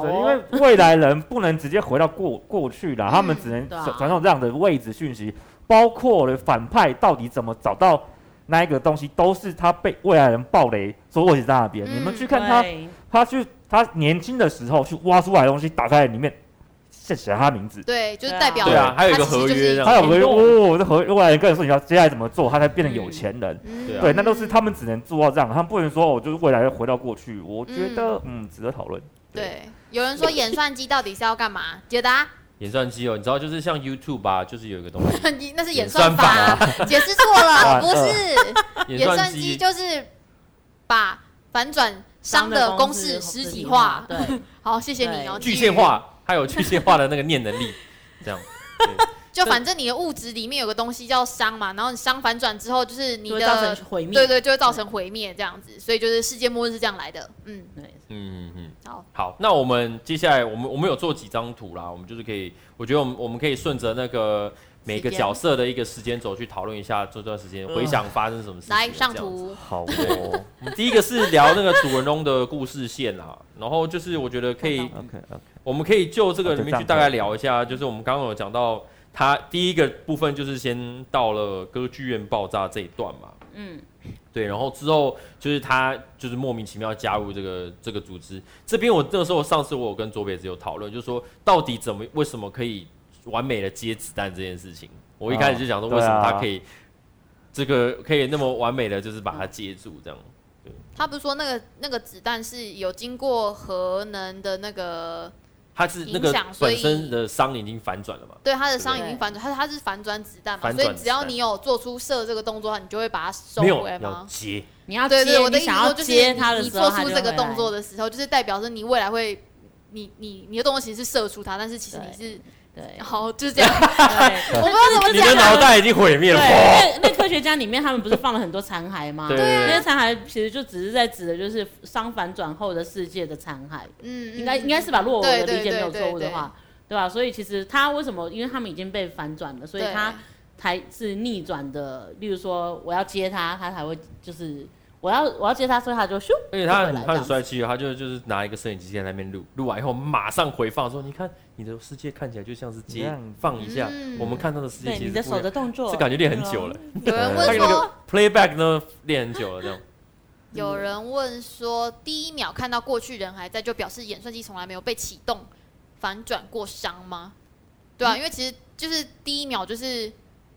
好
对，
哦
因为未来人不能直接回到过过去啦，他们只能
对啊
传传送这样的位置讯息，包括了反派到底怎么找到那一个东西，都是他被未来人暴雷，所以我一直在那边。
嗯
你们去看他，
对
他去他年轻的时候去挖出来的东西，打开里面写写他名字，
对，就是
对啊
代表
对啊
他
还有一个
其实
合约
就是
这样
他有没有？
很
哦，这和未来人跟你说你要接下来怎么做，他才变得有钱人。
嗯
对啊
对，那都是他们只能做到这样，他们不能说我、哦、就是未来回到过去。我觉得嗯值得讨论。
对，有人说演算机到底是要干嘛？解答，
演算机哦，你知道就是像 YouTube 吧，就是有一个东西，
你那是演
演算
算法啊，解释错 了，
啊
不是演
算
算机就是把反转
商
商的公
式
式实体化。
对，
好，谢谢你哦，
对
具
继续
现。化，它有具现化的那个念能力，这 样。
就反正你的物质里面有个东西叫熵嘛，然后你熵反转之后，就是 你
就会造
的
成毁灭。
对对，就会造成毁灭这样子，所以就是世界末日是这样来的。嗯，
对
嗯嗯嗯。
好，
好，那我们接下来，我们我们有做几张图啦，我们就是可以，我觉得我们我们可以顺着那个每个
时间嗯
角色的一个时间轴去讨论一下这段时间，回想发生什么事情。
来上
这样子。
图。
好 哦
我们第一个是聊那个 主人翁的故事线啦，然后就是我觉得可以，
，OK OK。
我们可以就这个
啊
里
就这
面
样
去大概聊一下，就是我们刚刚有讲到他第一个部分就是先到了歌剧院爆炸这一段嘛，
嗯，
对，然后之后就是他就是莫名其妙加入这个这个组织。这边我那时候上次我有跟卓别子有讨论，就是说到底怎么为什么可以完美的接子弹这件事情，我一开始就想说
哦
为什么
对啊
他可以、这个可以那么完美的就是把它接住这样。
他不是说那个那个子弹是有经过核能的那个，
他是那
影
个
响所以
本身的伤已经反转了嘛？
对他的伤已
对
经反转，他他是反转子弹嘛，
反
所
转
以只要
子弹
你有做出射这个动作，你就会把它收
没有
回
要
吗？
接，
你要
对
接，
对，我的
你
意思
想
说
要
就是
接他的
你
时候，
做
他
出
就
这个
会
动作
来，
的时候，就是代表说你未来会，你你你的动作其实是射出它，但是其实你是，
对
然，后就是这样，
对
我不知道怎么
你的
讲
脑
啊。
袋已经毁灭了。
对，那那科学家里面他们不是放了很多残骸 吗？
对对
那些
对，
残骸其实就只是在指的就是商反转后的世界的残骸，
嗯，嗯
应该应该是吧？如果我的理解没有错误的，话，对吧？所以其实他为什么？因为他们已经被反转了，所
对
以
对对对
他才是逆转的。例如说，我要接他，他才会就是我要我要接他，所以他就咻
而且
就
他
回
很
来这
他很
样子
帅气哦，他就就是拿一个摄影机在那边录，录完以后马上回放说，你看你的世界看起来就像是
这
街
样子
放一下
嗯，
我们看到的世界
对
其
你
实
的
不
手
一样
的动作，
这感觉练很久了
嗯有
他
人问
跟那
说
个，playback 呢练很久了这样。嗯
有人问说，第一秒看到过去人还在，就表示演算机从来没有被启动、反转过伤吗？对
嗯
啊，因为其实就是第一秒就是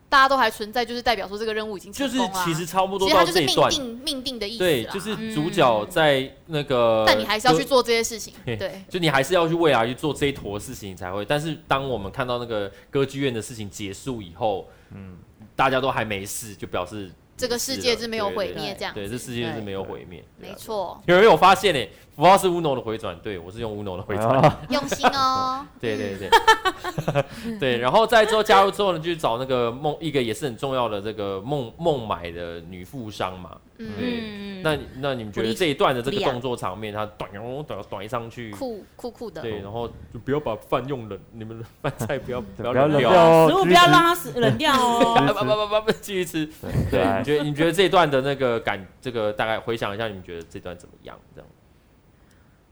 大家都还存在，就是代 表说这个任务已经成
就是
功了啊。
其实差不
其
多
实它
到
就
这一
是命
段，
定啊命定的意思啦。
对，就是主角在那个，
嗯但你还是要去
就，
做这些事情，
对
对。
就你还是要去未来去做这一坨事情才会。但是当我们看到那个歌剧院的事情结束以后，嗯，大家都还没事，就表示
这个世界是没有毁灭这样。
对，这世界是没有毁灭。对啊
没错，
有人有发现诶，符号是 Uno 的回转，对我是用 Uno 的回转。。
啊
用心哦
对对对，对， 然后再之后加入之后呢，就去找那个孟一个也是很重要的这个孟孟买的女富商嘛。
嗯，
对，那那你们觉
普
得
利
这一段的这个
普
啊
利亚
动作场面，他短短短上去，
酷酷酷的。
对，然后就不要把饭用冷，你们的饭 菜不要不要
不要
冷
嗯
冷
掉
掉
啊，
哦
食物不
橘
要
子
让 它死冷掉哦。
不不不不不，继续吃。
对
对，你觉得你觉得这一段的那个感，这个大概回想一下，你们觉得这段怎么样？这样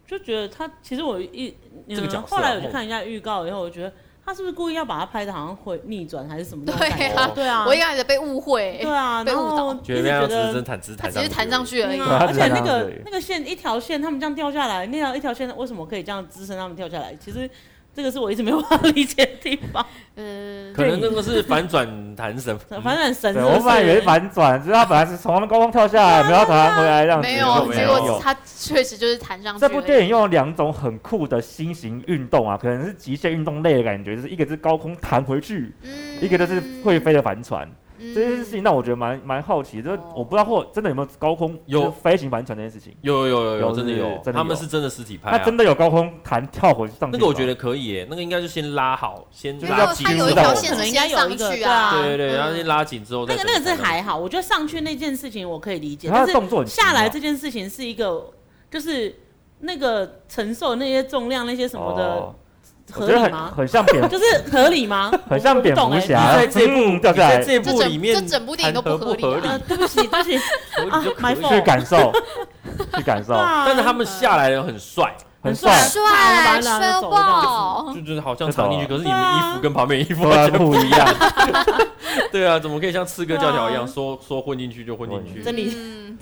就觉得他其实我一嗯
这个角色啊
后来我
哦
去看人家预告以后，我觉得他是不是故意要把他拍的好像会逆转还是什么那种感
对
觉？
啊
对啊，
我一开始被误会
对，啊，
被
然
误导
后
觉得
一直
那样
觉
子
得
只是弹只是
他
弹
只
上
是
去，
弹上。去而已
嗯
对。
啊
他
而
只
且
是
那
这样
个
子
那个线一条线，他们这样掉下来，那条一条线为什么可以这样支撑他们掉下来？其实这个是我一直没有办法理解的地方。
嗯，
可能那个是反转弹什么？
反正很神是
对，
不是，
我本来以为反转，就是他本来是从那高空跳下来，没有要弹 回来这样子。
没
有
有，
没
结
有
果他确实就是弹上去。
这部电影用了两种很酷的新型运动啊，可能是极限运动类的感觉，就是一个是高空弹回去，
嗯
影
一个就是会飞的帆船。
嗯
这件事情让我觉得蛮蛮好奇，就是
哦
我不知道或真的有没有高空
有
就是飞行帆船这件事情。
有有有有，
有
真的
是
有
真，的
他们
有
是真的实体拍
那
啊。
真的有高空弹跳回上去吗？
那个我觉得可以耶，那个应该就先拉好，先
因
就
为
是
拉
要
紧
它
进
有一
入
条
到
线是
可能应该
先
有
上
一个
去
对
啊，
对对，
嗯
然后先拉紧之后再
那个
整
那个是
弹上去
还好，我觉得上去那件事情我可以理解，
他
但是
的动作很啊奇妙
下来这件事情是一个就是那个承受那些重量那些什么的
哦我
合
觉得
理
很
吗？
很像蝙蝠，
就是合理吗？
很像
我不
蝙
懂
蝠
欸
侠
你在这部
嗯掉下来
你在这部
这整
里面，
这整部电影都不合理啊
合理
呃，对不起，对不起，
合理就可
啊
以。
，my
去
fault
感受，去感受
对，啊，
但是他们下来的很帅，
很
很
帅
帅，啊
帅帅爆！
哦
就就是好像藏进去，可是你们
啊
衣服跟旁边衣服
突
完
然
全
啊不一样。
对啊，怎么可以像刺客教条一样
对啊
说说混进去就混进去？
真理
嗯，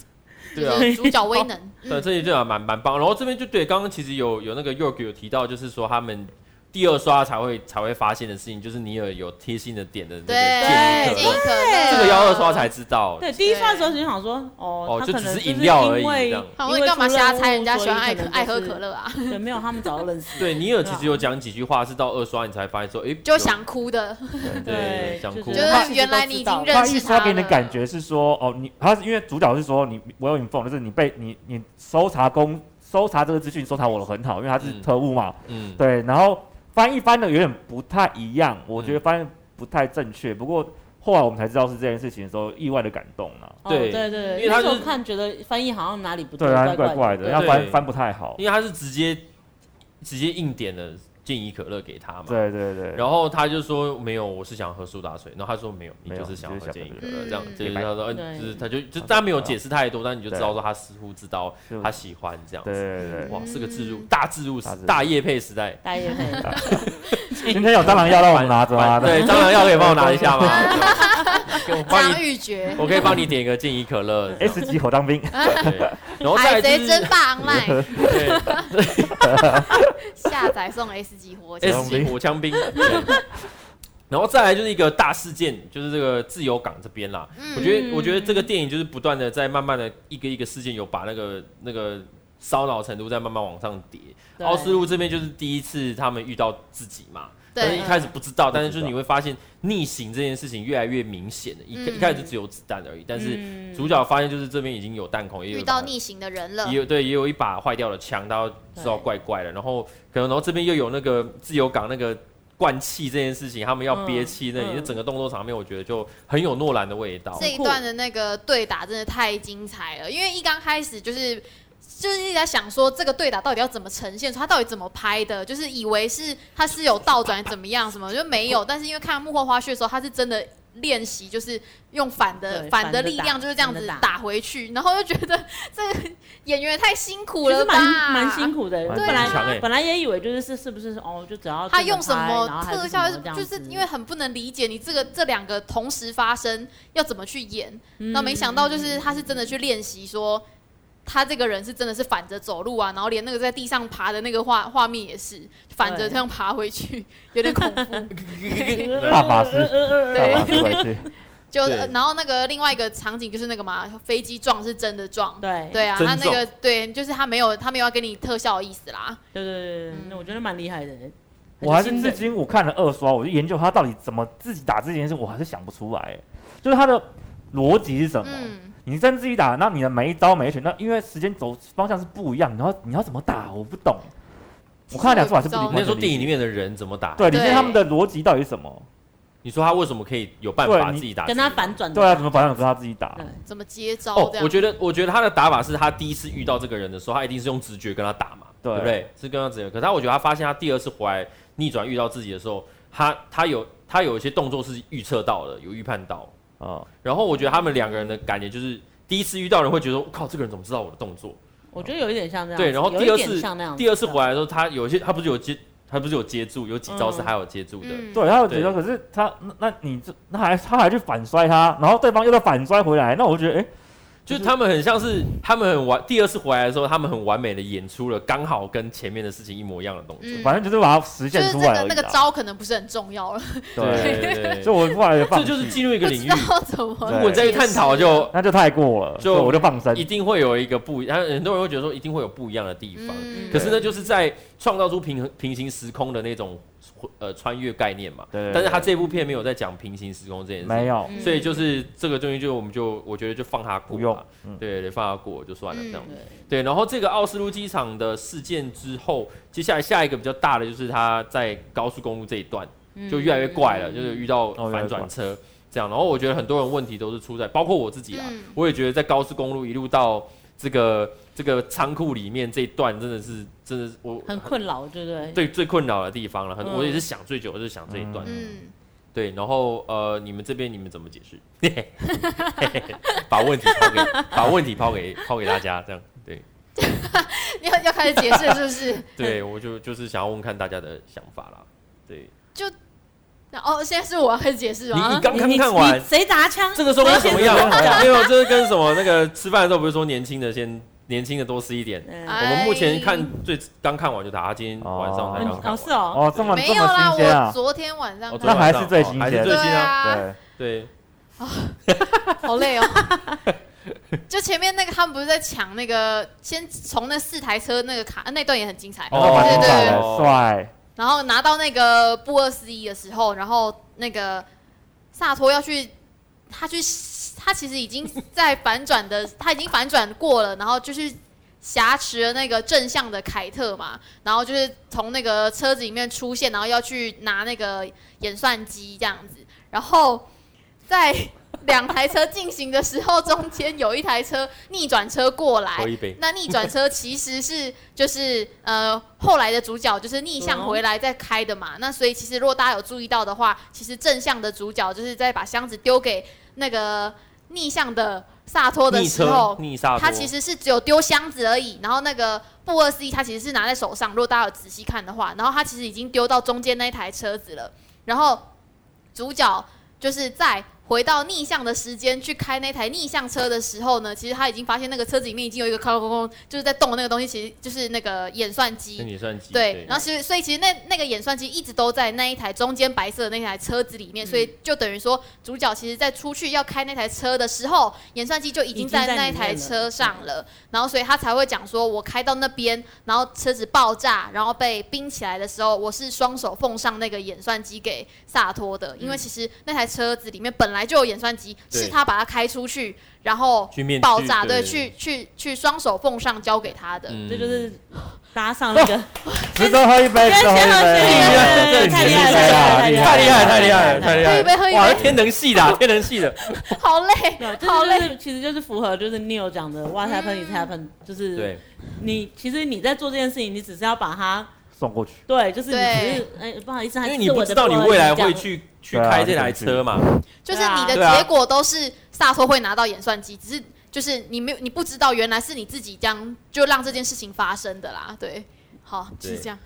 对啊，
就是主角威能，
对，这一对啊，蛮蛮棒。然后这边就对，刚刚其实有有那个 York 有提到，就是说他们第二刷才会才会发现的事情，就是尼尔有贴心的点的那个建议
对，建
可乐
议可乐，
这个要二刷才知道。
对，第一刷的时候就想说，
哦
哦，他
就
可
只
能
是
就是
饮料而已
因为
这样
好，
因
你
为
干嘛
出任
瞎
务
猜人家喜欢
所以
爱
可
可
能
爱喝
就是
可乐啊？
对，没有，他们早就认识了。
对，尼尔其实有讲几句话，是到二刷你才发现说，哎，
就想哭的，
对
对，
想哭
就
就
对
是他
是
其实
原来
都
你已
知道
经
了
认
他
识
一
他
刷
了。
给你的感觉是说，哦，你他是因为主角是说你我有你缝，就是你被你你搜查工搜查这个资讯搜查我的很好，因为他是
嗯
特务嘛，
嗯，
对，然后翻译翻的有点不太一样，我觉得翻译不太正确，不过。后来我们才知道是这件事情的时候，意外的感动啊了、
哦
对
对
因
对，
为他
那时候
就是
看觉得翻译好像哪里不
对啊，怪
怪
怪的，
的。
要翻
对
翻不太好。
因为他是直接直接硬点的建议可乐给他嘛，
对对对，
然后他就说没有，我是想喝苏打水。然后他说没有，你
没有
就是想喝健怡可
你就
乐，
是
这样
想喝
就是
可乐
他说，
对
嗯，就是他就就他没有解释太多，但你就知
对
道说他似乎知道
就
他喜欢这样
对
子。
对对
嗯
哇，是个置入
嗯
大置入时
大置入
大叶配时代，
大家也可以，
对，今天有蟑螂药让我们拿着啊吗？
反对，啊蟑螂药可以帮我拿一 下吗？给我帮
张
你，
玉珏，
我可以帮你点一个健怡可乐。这样
，S 级火当兵，
对然后再
海
来
贼
就是
争霸 online
对
下载送 S 级火箭，
S 级火枪兵。对然后再来就是一个大事件，就是这个自由港这边啦。
嗯
我觉得，我觉得这个电影就是不断的在慢慢的一个一个事件有把那个那个烧脑程度在慢慢往上叠。
对
奥斯陆这边就是第一次他们遇到自己嘛，但是一
对，嗯
开始不知道，但是就是
不知道
你会发现逆行这件事情越来越明显了。一开
嗯
一开始就只有子弹而已，但是
嗯
主角发现就是这边已经有弹孔，也有
遇到
把
逆行的人了
也，有对，也有一把坏掉的枪，大家知道
对
怪怪的。然后可能，然后这边又有那个自由港那个灌气这件事情，他们要
嗯
憋气那里，
嗯
就整个动作场面，我觉得就很有诺兰的味道。
这一段的那个对打真的太精彩了，因为一刚开始就是就是一直在想说这个对打到底要怎么呈现出，他到底怎么拍的，就是以为是他是有倒转怎么样什么就没有，但是因为看幕后花絮的时候，他是真的。练习就是用反的
对
反
反
的
着
力
打
量，就是这样子
反着打
打回去，然后就觉得这个 演员也太辛苦
其
了
实
吧，
蛮蛮辛苦的。
对
我
啊
本
很强欸
来本来也以为就是是是不是哦，就只要
他用什
这
么
拍
特效，
然后还
就是
什么这样子
是因为很不能理解你这个这两个同时发生要怎么去演。
嗯
那、没想到就是他是真的去练习说。他这个人是真的是反着走路啊，然后连那个在地上爬的那个画画面也是反着
对
这样爬回去，有点恐 怖。
啊
大法师大
对
法师回去，
就
对
呃然后那个另外一个场景就是那个嘛，飞机撞是真的撞。
对对
对啊，
真
他那个对，就是他没有他没有要给你特效的意思啦。
对对对，那我
嗯
觉得蛮厉害的。
我还是
很
至
惊人
今我看了二刷，我就研究他到底怎么自己打这件事，我还是想不出来。就是他的逻辑是什么？
嗯，
你甚至于打，那你的每一招每一拳，那因为时间走方向是不一样，然后你要怎么打，我不懂。我看得
其
两
实
出来是
也
你
知道
不理解。
那时候电影里面的人怎么打？
对，里面
对
他们的逻辑到底是什么？
你说他为什么可以有办法
对你
自己打？
跟他反转的
对啊，怎么保养知道他自己打
对？
怎么接招
哦
这，样？
我觉得，我觉得他的打法是他第一次遇到这个人的时候，他一定是用直觉跟他打嘛，
对
对不对？是跟他直觉。可是他，我觉得他发现他第二次回来逆转遇到自己的时候，他他有他有一些动作是预测到的，有预判到。
啊，
然后我觉得他们两个人的感觉就是，第一次遇到人会觉得，我靠，这个人怎么知道我的动作？
我觉得有一点像这样子。
对，然后
有
第
一
二
点
次
像那样子，
第二次回来的时候，他有一些他不是有接他不是有接住，有几招是
嗯
他有接住的。
嗯，
对，他有觉得，可是他那那你这那还他还去反摔他，然后对方又在反摔回来，那我就觉得哎，
就是他们很像是他们很完第二次回来的时候，他们很完美的演出了刚好跟前面的事情一模一样的动作。
嗯
反正就是把它实
就
现
是
出
这
来
个
而
啊
已
那个
啦。
招可能不是很重要了，
对
对，
对对
所以我后来就放
这
弃，
就是进入一
不
个领
知
域。
道怎么
对
如果你再去探讨，就
那就太过了，
就
所以我就放生
一。定会有一个不一样。很多人会觉得说，一定会有不一样的地方。
嗯
可是呢，就是在创造出平衡平行时空的那种呃穿越概念嘛。
对，对
但是他
对
这部片没有在讲平行时空这件事，
没有，
嗯
所以就是这个东西，就我们就我觉得就放他过吧，
不用嗯
对对，放他过就算了
嗯
这样。
对
对，然后这个奥斯陆机场的事件之后，接下来下一个比较大的就是他在高速公路这一段
嗯
就越来越怪了，就是遇到
哦越来
反
越
转
怪
车这样。然后我觉得很多人问题都是出在，包括我自己啊啦，
嗯
我也觉得在高速公路一路到这个这个仓库里面这一段真的是真的是我
嗯很困扰，对不对？
对最困扰的地方了。很、
嗯
我也是想最久，就是想这一段。
嗯，
对，然后呃，你们这边你们怎么解释？ 嘿嘿嘿把问题抛给把问题抛给抛给大家，这样对
你嗯 要要开始解释了是不是？
对，我就就是想要问看大家的想法啦。对，
那哦，现在是我要开始解释
你
吗？
你刚
啊你
刚
你
看完
你谁砸枪？
这个时候
我
跟
要
什
先
么样
我要先？
没有，这是跟什么那个吃饭的时候不是说年轻的先年轻的多吃一点。
嗯
我
哎
们目前看最刚看完就打，他今天晚上才刚看完。
哦是哦，
哦，这么
没
这
有啦，
么新鲜
我
啊，
昨天晚上
哦
看
昨天
那
晚
还
上
是最
哦
新
还是
鲜
最
对
新啊。
啊，
对，
对，
好累 哦。 就前面那个他们不是在抢那个，先从那四台车那个卡那段也很精彩，
哦
那蛮
对
精
对
彩
对，
的，帅，
然后拿到那个布二四一的时候，然后那个萨托要去，他去，他其实已经在反转的，他已经反转过了，然后就是挟持了那个正向的凯特嘛，然后就是从那个车子里面出现，然后要去拿那个演算机这样子，然后在两台车进行的时候，中间有一台车逆转车过来，
喝一杯。
那逆转车其实是就是呃后来的主角就是逆向回来再开的嘛。那所以其实如果大家有注意到的话，其实正向的主角就是在把箱子丢给那个逆向的萨托的
逆
时
车
候，
逆刹
他
车，
其实是只有丢箱子而已。然后那个布二四一他其实是拿在手上，如果大家有仔细看的话，然后他其实已经丢到中间那一台车子了。然后主角就是在回到逆向的时间去开那台逆向车的时候呢，其实他已经发现那个车子里面已经有一个空空空，就是在动的那个东西，其实就是那个演算机。
那你算几？
对，然后其实所以其实那那个演算机一直都在那一台中间白色的那台车子里
嗯
面，所以就等于说主角其实在出去要开那台车的时候，演算机就已
已
经
经
在
在
那
里面
台
了
车上了，然后所以他才会讲说，我开到那边，然后车子爆炸，然后被冰起来的时候，我是双手奉上那个演算机给萨托的，因为
嗯
其实那台车子里面本来就有演算机，
对
是他把它开出去，然后
去面
爆
去
炸，
对
对，去去去双手奉上交给他的，
嗯
这就是搭 上那个
值得喝一杯，值得喝一杯，
哎
先喝先喝太厉害了
太厉
太
害
厉害，
了
太厉害，太厉害！
喝一杯喝一杯
哇，天能系的啊，天能系的，
好累
对，这
好
就
累。
是其实就是符合就是 Neil 讲的 What happened is happened，就是
对，
你其实你在做这件事情，你只是要把它
送过去。
对，就是你
对
只是哎不好意思，
因为
还
你
是
不
我
知
的
道你
错
未来
这样
会去去
对啊
开这台
就是
车嘛，
就是
对啊
你的
对啊
结果都是萨托会拿到演算机，只是就是你没有你不知道原来是你自己这样就让这件事情发生的啦，对。好，
对
是这样，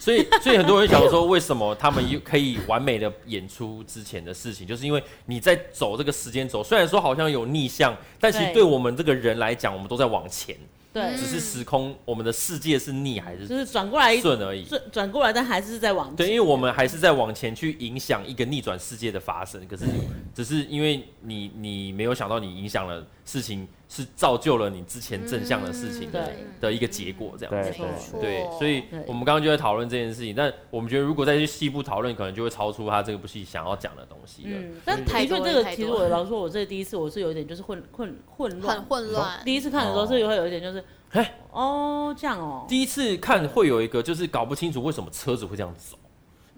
所 以，所以很多人想说，为什么他们又可以完美的演出之前的事情，就是因为你在走这个时间轴，虽然说好像有逆向，但其实对
对
我们这个人来讲，我们都在往前，
对
嗯
只是时空，我们的世界是逆还
就是是转过来
顺而已。
转转过来，但还是在往
对，因
前
为我们还是在往前去影响一个逆转世界的发生，可是只是因为你你没有想到你影响了事情是造就了你之前正向的事情的、
嗯对
的一个结果，这样子。
对
没错，
对，所以
对
我们刚刚就在讨论这件事情，但我们觉得如果再去细部讨论，可能就会超出他这个部戏想要讲的东西了。
嗯，但
太
的确
多
这
了
个
太
其实
多
我
了
老实说，我这第一次我是有一点就是混混混
很
乱。
混乱。
第一次看的时候
哦
是会有一点就是，
哎
哦这样哦，
第一次看会有一个就是搞不清楚为什么车子会这样走，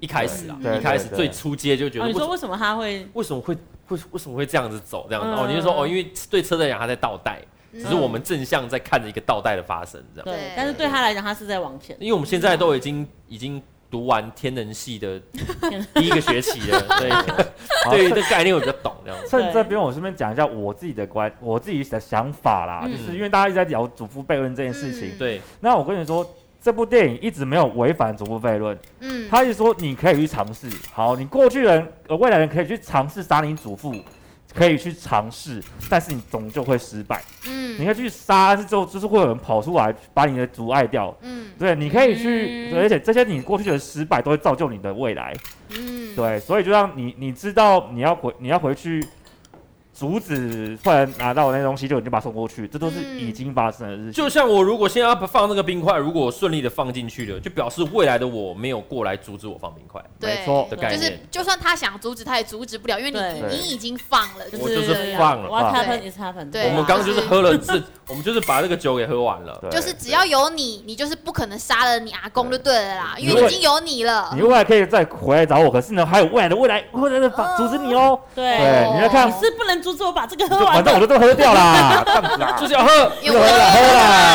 一开始啊，
对对
一开始
对
最初阶就觉
哦
得
你
为什
说
么
为什么他会？
为什么会会为什么会这样子走这样子，
嗯
哦，你就说哦，因为对车来讲他在倒带，只是我们正向在看着一个倒带的发生这样。
对
对，
但是对他来讲，他是在往前。
因为我们现在都已经已经读完天人系 的第一个学期了， 所以
好
对于这概念我比较懂这样子。
趁这边我顺便讲一下我自己的观，我自己的想法啦，
嗯
就是因为大家一直在聊祖父悖论这件事情，
嗯
对，
那我跟你说。这部电影一直没有违反祖父悖论，
嗯，
他是说你可以去尝试，好，你过去人、呃、未来人可以去尝试杀你祖父，可以去尝试，但是你终究会失败。
嗯，
你可以去杀，是就就是会有人跑出来把你的阻碍掉。
嗯
对，你可以去，
嗯
对而且这些你过去的失败都会造就你的未来。
嗯，
对，所以就让你你知道你要回你要回去阻止坏人拿到那东西，就已经把它送过去，这都是
嗯
已经发生的事情。
就像我如果现在要放那个冰块，如果我顺利的放进去了，就表示未来的我没有过来阻止我放冰块。
对
没错
的概
就
念
是就算他想阻止，他也阻止不了，因为你
对
你已经放了，
我
是
就是
这样
放了
What
放
happened is happened。
对啊
我们刚刚就是
就是
喝了 这，我们就是把这个酒给喝完了。
对
就是只要有你，你就是不可能杀了你阿公就对了啦，
对
因为已经有你了
你。未来可以再回来找我，可是呢，还有未来的未来会在这把阻止你哦。
对，
对，你要看
哎你，是不能阻止我把这个喝
就
完
反正我
的。
就都喝掉啦，这样子啊啦，
就是要喝，
因为我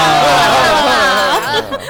了，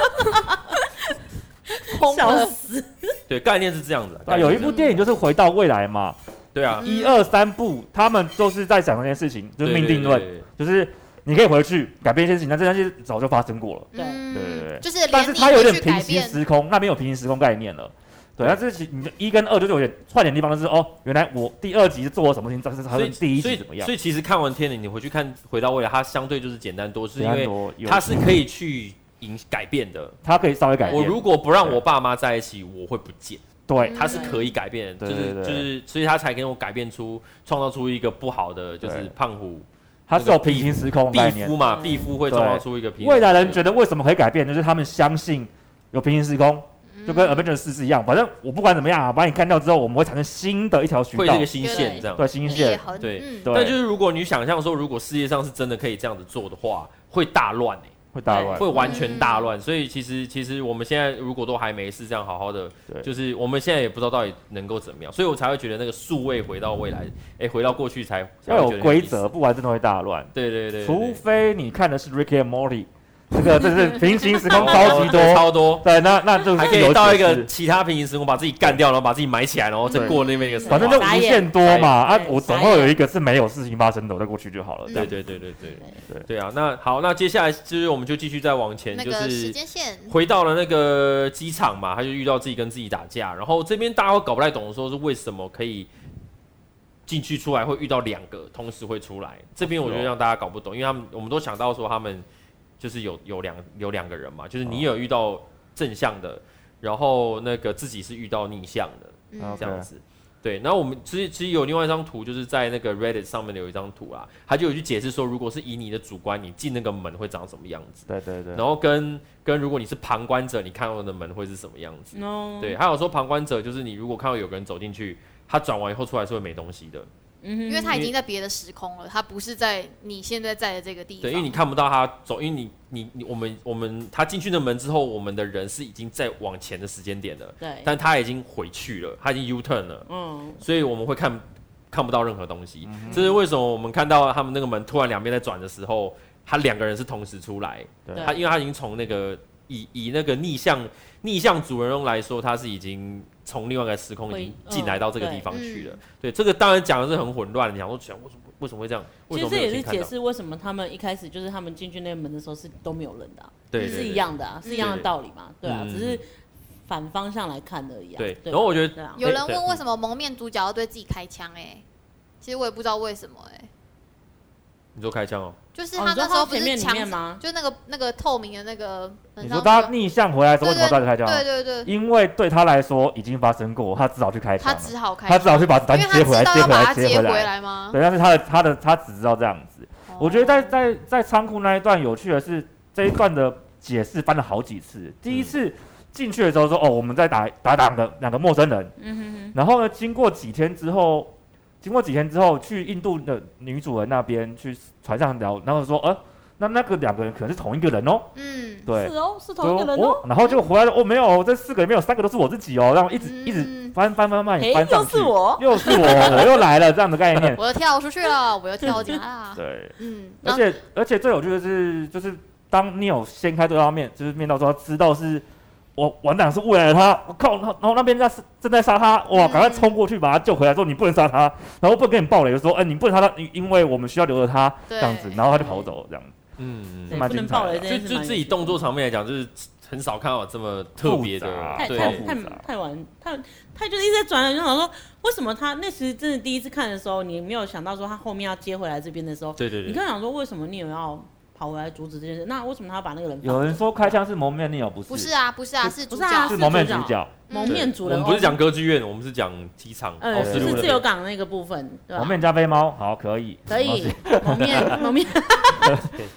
疯
笑
了，
死！
对，概念是这样子
啊，
的。
有一部电影就是回到未来嘛，
对啊，
一二三部，他们都是在讲这件事情，就是
对
命定论，，
对对对
就是你可以回去改变一些事情，但这件事情早就发生过了。
嗯
对，
就是
但
连
是
你
它有
回
点
去
平
改
行
变，
时空，那边有平行时空概念了。对，那这是你的一跟二就是有点串联的地方，就是哦，原来我第二集做了什么事情，但是它
所以
跟第一
所
集
以
怎么样
所？以其实看完《天人》，你回去看《回到未来》，它相对就是简单多，是因为
多啊有
它是可以去影改变的。
它可以稍微改
我
变。
如果不让我爸妈在一起，我会不见。
对
嗯
它是可以改变的，
对
就是
对对
就是，所以它才给我改变出创造出一个不好的，就是胖虎
它是有平行时空概
毕
念
夫。嘛，
嗯
毕夫会创造出一个平衡
未来人觉
对
得为什么可以改变，就是他们相信有平行时空，就
嗯
跟 Avengers 四是一样。反正我不管怎么样啊，把你干掉之后，我们会产生新的一条渠
会
道
这个，新线这样。
对新
裂
线。
痕，
对
嗯
但就
对，
是如果你想象说，如果世界上是真的可以这样子做的话，会大乱欸
会打乱
会。完全大乱。所以其实其实我们现在如果都还没事这样好好的，
对
就是我们现在也不知道到底能够怎么样，所以我才会觉得那个数位回到未来，哎，回到过去才才会
要
觉得
有
意
规
思
则，。不然真的会大乱。
对对对，对
除非你看的是 Ricky and Morty，这个这是平行时空
哦
超级多。
对超多，
对，那那就是
还可
有
以到一
解
个
释，
其他平行时空把自己干掉，然后把自己埋起来，然后再过那边一个时空。
反正就
傻
无
眼
限多嘛
傻
啊
眼！
我总会有一个是没有事情发生的，我再过去就好了。
嗯
这
对
样
对对对对
对
对啊。那好，那接下来就是我们就继续再往前，
那
就
个时
是
间线，
回到了那个机场嘛，他就遇到自己跟自己打架，然后这边大家会搞不太懂，说是为什么可以。进去出来会遇到两个，同时会出来。这边我觉得
是哦
让大家搞不懂，因为他们我们都想到说他们就是有有两有两个人嘛，就是
哦
你有遇到正向的，然后那个自己是遇到逆向的，
嗯
这样
OK
子。对，然后我们其实其实有另外一张图，就是在那个 Reddit 上面的有一张图啦，他就有去解释说，如果是以你的主观，你进那个门会长什么样子，
对对对
然后跟跟如果你是旁观者，你看到的门会是什么样子。
No，
对，，还有说旁观者就是你如果看到有个人走进去，他转完以后出来是会没东西的，
因
因为他已经在别的时空了，他不是在你现在在的这个地方。
对，因为你
哎
看不到他走，因为你你你我们我们他进去的门之后，我们的人是已经在往前的时间点了，
对，
但他已经回去了，他已经 U turn 了。
嗯，
所以我们会看看不到任何东西。
嗯
这是为什么我们看到他们那个门突然两边在转的时候，他两个人是同时出来。
对
他因为他已经从那个以以那个逆向逆向主人翁来说，他是已经从另外一个时空已经
会
进来到这个
嗯
地方
对
去了。对，这个当然讲的是很混乱，你想说想为什么为什么会这样？为
其
什么
实这
没有
也是
先看
解
到？
释为什么他们一开始就是他们进去那个门的时候是都没有人的啊，
对，
是
对
一。样的啊，是一样的道理嘛，对啊，
嗯
只是反方向来看而已啊。
对
吧
然后我觉得
对啊
有人问为什么蒙面主角要对自己开枪？哎，其实我也不知道为什么哎、
你说开枪哦，
就是
哦
他
你说
那时候
他
不
前
是
面里
墙
面吗
就那个那个透明的那个，
你说他逆向回来之后为
对
什么大家开
对
枪？
对对对，
因为对他来说已经发生过，他只好去开枪
他
了，
只好开
他
枪，
只好去把子弹
因为他
接回来，
知道
接
要
回
把它
来，
接
接回
回
来。
来吗？哦
对，但是他的他的他只知道这样子，我觉得在在在仓库那一段有趣的是这一段的解释翻了好几次。第一次进去的时候说哦，我们在打打打两个两个陌生人，
嗯哼哼，
然后呢，经过几天之后，经过几天之后去印度的女主人那边去船上聊，然后说呃，那那个两个人可能是同一个人哦，
嗯，
对
是。哦，是
就
同一个人哦，
哦然后就回来了。哦，没有，这四个里面有三个都是我自己哦。然后一直、一直
嗯
翻翻翻翻
诶
翻
哎
上
又
去，
是我，
又是我，我又来了这样的概 念。
我又跳出去了，我又跳进来了。
对，
嗯，
而
然后
且而且最有趣的是，就是当你有掀开对方面，就是面到之后，知道是我完蛋是误了他，我靠，然后然后那边在正在杀他，哇，赶快
嗯
冲过去把他救回来，说你不能杀他，然后不能跟你爆雷，就说，哎、你不能杀他，因因为我们需要留着他这
对
样子，然后他就跑走这样子。
嗯，
对
蛮
不能
精彩
爆雷
的
就
这件事
就
蛮
自己
有趣的
动作场面来讲，就是很少看到这么特别的
复杂，
太
对啊
太
复
太
杂
太晚，太太就是一直在转了，就想说为什么他那其实真的第一次看的时候，你没有想到说他后面要接回来这边的时候，
对对
你
对
刚想说为什么你有要跑回来阻止这件事？那为什么他要把那个人
有人说开枪是蒙面利友，不是，
不是啊，不是啊，是主
不是啊
角
是
是
蒙面
主
主角，
蒙
对
面主
我
人
们
翁？
不是讲歌剧院，我们是讲机场奥
呃
斯
是
陆
的
那
自由
边。
港那个部分，对吧
蒙？面加菲猫，好，可以，
可
没关系
以，蒙面蒙面，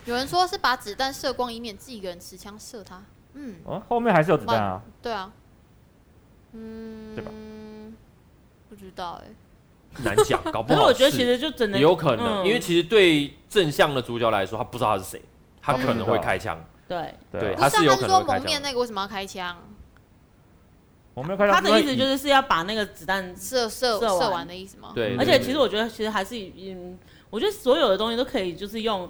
有人说是把子弹射光，以免自己一个人持枪射他。嗯，
哦，后面还是有子弹啊，
对啊，嗯，
对吧
不知道哎、
难讲，搞不
可是
好
我
是。
觉得其实就只能
也有可能，
嗯
因为其实对正向的主角来说，他不知道他是谁，他可能会开枪。
对
对
对，
不
他是
是
有
啊，
可
他是
能
说
会开
蒙面
枪
那个为什么要开枪？
蒙面开枪，
他的意思就是是要把那个子弹
射射
射完
射完的意思吗？
对，
而
对
且其实我觉得，其实还是嗯，我觉得所有的东西都可以，就是用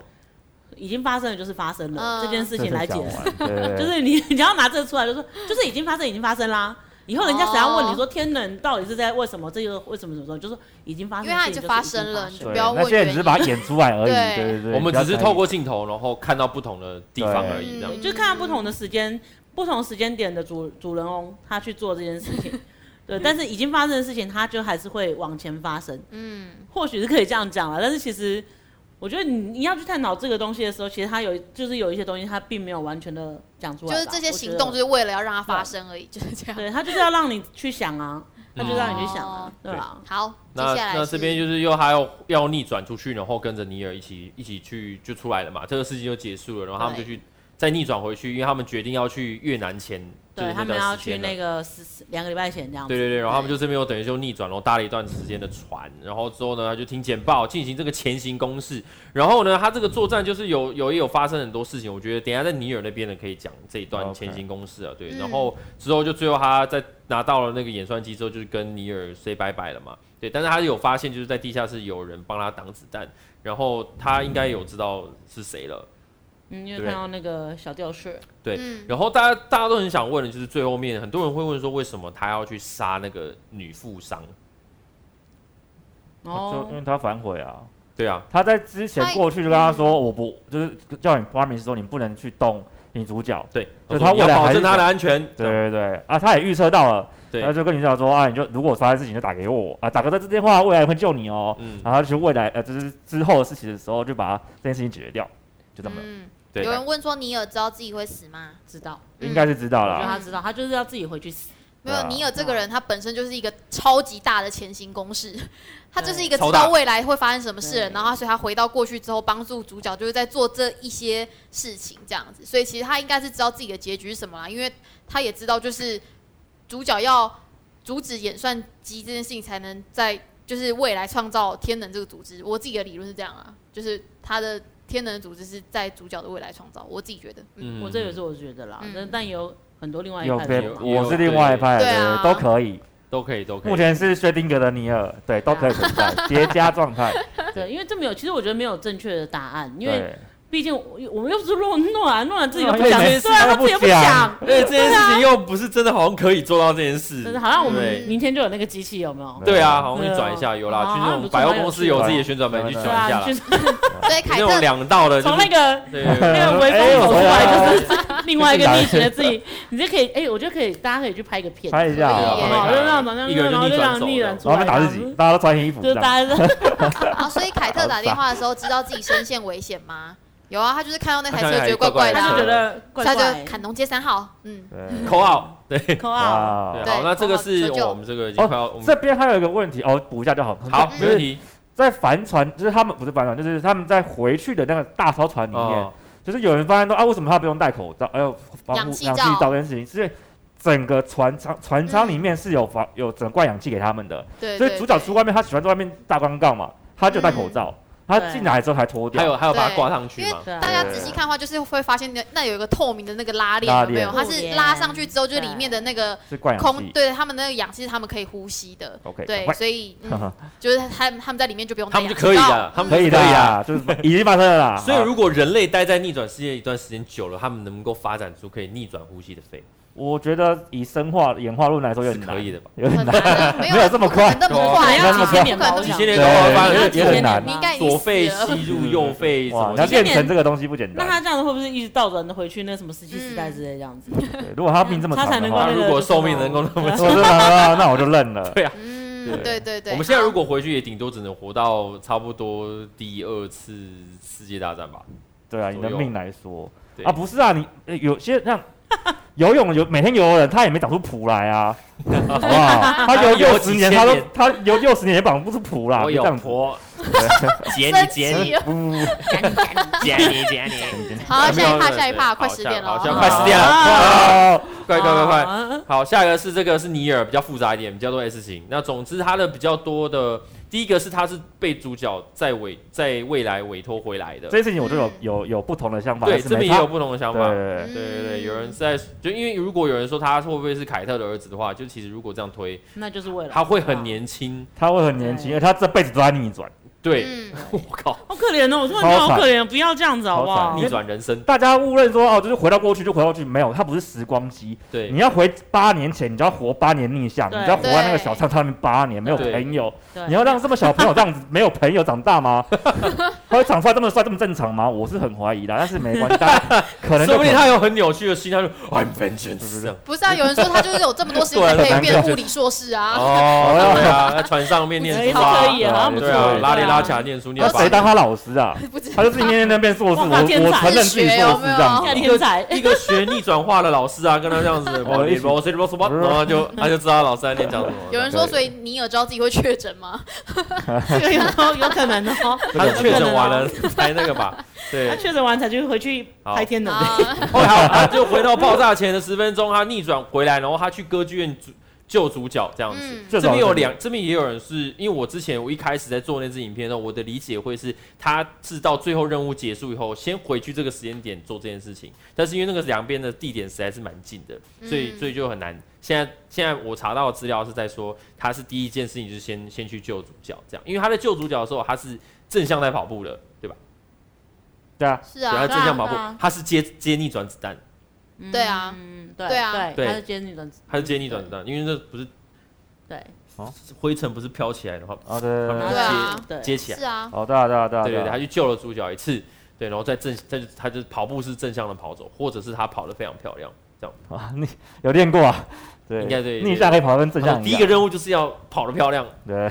已经发生了就是发生了、
嗯
这件事情来解释。
释，对对 对
就是你你要拿这个出来，就是就是已经发生，已经发生
哦
啦。以后人家谁要问你说天冷到底是在为什么这个为什么怎么说，就是已经发生
因
的
为
事
它
情就是已
已经
经
发
发
生了，你就
对
不要
那
问
些
原
只是
因。
把它演出来 而已，
对
对对对，
我们
不要
只是
在意
透过镜头，然后看到不同的地方而已，这样
对。
就看到不同的时间、不同时间点的主主人翁他去做这件事情。对，但是已经发生的事情，它就还是会往前发生。
嗯，
或许是可以这样讲了，但是其实我觉得你你要去探讨这个东西的时候，其实它有就是有一些东西它并没有完全的讲出来
就
吧，
是这些
我觉
行
得
动就是为了要让它发生而已，就是这样。
对它就是要让你去想啊，它就是让你去想啊
哦，
对吧？
好，接
那
下来
那
是
这边就是又还要要逆转出去，然后跟着尼尔一起一起去就出来了嘛，这个事情就结束了，然后他们就去再逆转回去，因为他们决定要去越南前，就是
对他
那
们
段
要
时
去
间了
那个十两个礼拜前这样子，
对对对，然后他们就这边又等于就逆转，然后搭了一段时间的船，然后之后呢，他就听简报进行这个前行攻势，然后呢，他这个作战就是有 有也有发生很多事情，我觉得等一下在尼尔那边呢可以讲这一段
OK
前行攻势啊，对，
嗯
然后之后就最后他在拿到了那个演算机之后，就是跟尼尔 say 拜拜了嘛，对，但是他有发现就是在地下室有人帮他挡子弹，然后他应该有知道是谁了。
嗯，因
对
为看到那个小吊饰，
对，
嗯
然后大家大家都很想问的就是最后面，很多人会问说为什么他要去杀那个女富商？
就因
哦，
为他反悔啊，
对啊，
他在之前
他
过去就跟他说，我不就是叫你花明说你不能去动女主角，
对，
就
就
他
他
未
要
来还
保
是
证他的安全。
对对对啊，他也预测到了，
对
他就跟女主角说啊，你就如果发生事情就打给我啊，打个这支电话，未来会救你哦，
嗯，
然后就是未来呃就是之后的事情的时候就把这件事情解决掉，就这么了，
嗯，
对
有，人问说尼尔知道自己会死吗？
知道，
嗯
应该是知道
我
了
觉得
啊，
他知道，他就是要自己回去死，
没
对
有，
啊
尼尔这个人他本身就是一个超级大的前行公式， 他就是一个
超
知
大
道未来会发生什么事的人，
对
然后他所以他回到过去之后帮助主角就是在做这一些事情这样子，所以其实他应该是知道自己的结局是什么啦，因为他也知道就是主角要阻止演算机这件事情才能在就是未来创造天能这个组织，我自己的理论是这样啊，就是他的天能的组织是在主角的未来创造，我自己觉得，嗯，
嗯
我这也是我觉得啦
嗯，
但但也有很多另外一
有
派
被
的嘛
也有
我是另外一派，
对
对
啊
都可以。
都可以，都可以。
目前是薛定谔的尼尔，对，都可以存在叠加状态。
啊对，因为这没有，其实我觉得没有正确的答案，因为
对，
毕竟我我们又不是 诺诺兰，诺兰自己又不
对
讲，
没
对啊，他自己又不讲，
而且哎这件事情又不是真的，好像可以做到这件
但是
事。
好像我
对
们明天就有那个机器，有没有？
对啊，好像去转一下，有啦，
对啊
去那种百货公司有自己的旋转门，
对
去
啊
转
对
一下
啊，
啦
就。是
所以
有那
凯特
种两道的，
从
就
那
是
个
对，
那个微风走出来，
哎
就是另外一个逆行的自己， 你就可以，哎，我觉得可以，大家可以去拍一个片，
拍一下啊
可以
好
好
耶
不好？
耶
了，然
就让能量，
一个人
然后
逆
就
转
让
手
逆人出
后他
来，
们打自己，大家都穿衣服
就
这
是
样。
大家在
啊，所以凯特打电话的时候知道自己深陷危险吗？有啊，他就是看到那台车觉得怪怪的
他
啊，
就啊觉得怪
所以他
怪
就，砍农街三号，嗯，
对，
口号。对，
口号，
哇
对
对
好，那这个
口号
是
求救
我们这个已经快要我
这
们
边还有一个问题哦，补一下就好。
好，
嗯
没问题。
在帆船，就是他们不是帆船，就是他们在回去的那个大艘船里面，
哦，
就是有人发现说啊，为什么他不用戴口罩，还有防护
氧
氧
气
气
罩嗯
罩这件事情，是整个船舱船舱里面是有防、有整罐氧气给他们的，
对，
所以
对
主角
对嗯
出外面，他喜欢在外面大光杠嘛，他就戴口罩，他进来之后才脱掉，
还有还有把它
对
挂上去
因为
嘛？
对啊
大家仔细看的话，就是会发现那那有一个透明的那个拉链，
拉
有没有？
链
它是拉上去之后，就里面的那个
是灌氧
空，
气。
对他们那个氧气是他们可以呼吸的。
OK，
对，
喂
所以、嗯、就是他们他们在里面就不用戴
他们
氧
就
气
可以
罩，
了，他们
可以的
就可以了。
啦，就是已经发生了啦。
所以，
好
如果人类待在逆转世界一段时间久了，他们能够发展出可以逆转呼吸的肺，
我觉得以生化演化论来说有
是
点难，
可以的吧？
有点
很
难，
难啊，没有
没有这么快
那么快，啊
对没有这么快
不可能
几
那
千
么快
年搞不好发
对
展
有点难嗯
你应该已经
左肺
死了
吸入右肺什
哇，
么的？
要练成这个东西不简
那
单。
他这样子会不会一直倒转的回去那什么石器时代之类这 样子？
对如果他命这么
他
长
才
的
能
话
够，
啊如果寿命能够那么
我真的啊那我就认了。
嗯，对
对
对对。
我们现在如
好
果回去，也顶多只能活到差不多第二次世界大战 吧。
对啊，你的命来说
对
啊，不是啊，你呃有些像游泳有每天游的人，他也没长出蹼来啊，好不好？他游
游
六
几
十年，
千
他都
年
他游六十年也长不出蹼啦，
我
别
有
这样子
婆，剪
生
你剪
气
你
了
不不不
剪你剪你。
好，下一趴，
对
下一趴，
好
快十点了，
好下
哦
快十点了，
啊
快快快快！
啊
好，下一个是这个是尼尔，比较复杂一点，比较多 S 型。那总之它的比较多的，第一个是它是被主角在委在未来委托回来的
这，件事情我就有
嗯
有有不同的想法，
对，
但是
这边
没
也
差
有不同的想法。
对
对
嗯
对对，有人在就因为如果有人说他会不会是凯特的儿子的话，就其实如果这样推，
那就是为了
他会很年轻。
他会很年轻，而他这辈子都在逆转。
对，
嗯，
我靠，
好可怜哦，我突然觉得好可怜，不要这样子好不好
好惨
逆？转人生。
大家误认说哦，就是回到过去就回到过去，没有，他不是时光机，
对
你，要回八年前，你就要活八年逆向，你
对
就要活在那个小巷上面八年，没有
对
朋友，
对
你要让这么小朋友这样子没有朋友长 大吗？他会长出来这么帅这么正常吗？我是很怀疑的，但是没关系，大家可能就哦
说不定他有很扭曲的心，他就 I'm vengeance 这样。
不是啊，有人说他就是有这么 多时间才可以变物理硕士啊，
哦，对啊，在船上面念书
可
啊，
以啊，不错
对啊，
欸，
拉里拉起来念书，念
那
法
谁
律
当他老师啊？
不知
他
道
就自己念念念变硕士，
哇
我
哇天才
我承认自己
自学
硕
有
士
没有
这样子
看。天才，
一个学逆转化的老师啊，跟他这 样子，
哦
我
一
你
起
我谁说什么，然后他就他就知道他老师在念讲什么。
有人说，所以尼尔知道自己会确诊吗？
这个有 有可能哦，
他确诊完了 才那个吧？ 对
他，确诊完才去回去拍天能。
啊，
后来好他就回到爆炸前的十分钟，他逆转回来，然后他去歌剧院主救主角这样子。
嗯，
这
这
种
边有
人
两，这边也有人是因为我之前我一开始在做那支影片的时候，我的理解会是他是到最后任务结束以后，先回去这个时间点做这件事情，但是因为那个两边的地点实在是蛮近的，所以
嗯
所以就很难。现在现在我查到的资料是在说，他是第一件事情就是先先去救主角这样，因为他在救主角的时候，他是正向在跑步的，对吧？
对啊，
是
对，他，
啊
正向跑
对啊
步，他是接接逆转子弹，
对啊
嗯，
对啊
对，
对
他是接女转子，
他是接逆转子弹，因为那不是
对，
灰尘不是飘起来的话
啊对
他
对对对
们
对啊
接
对
接起来
是。啊，
哦对啊对啊对啊
对嗯对对，
啊
他去救了主角一次，对，然后再正，他就他就跑步是正向的跑走，或者是他跑得非常漂亮，这样。
啊， 你有练过啊？对，
应该对
逆向可以跑得跟正
他
向
说
一
第一
样
个任务就是要跑得漂亮，
对，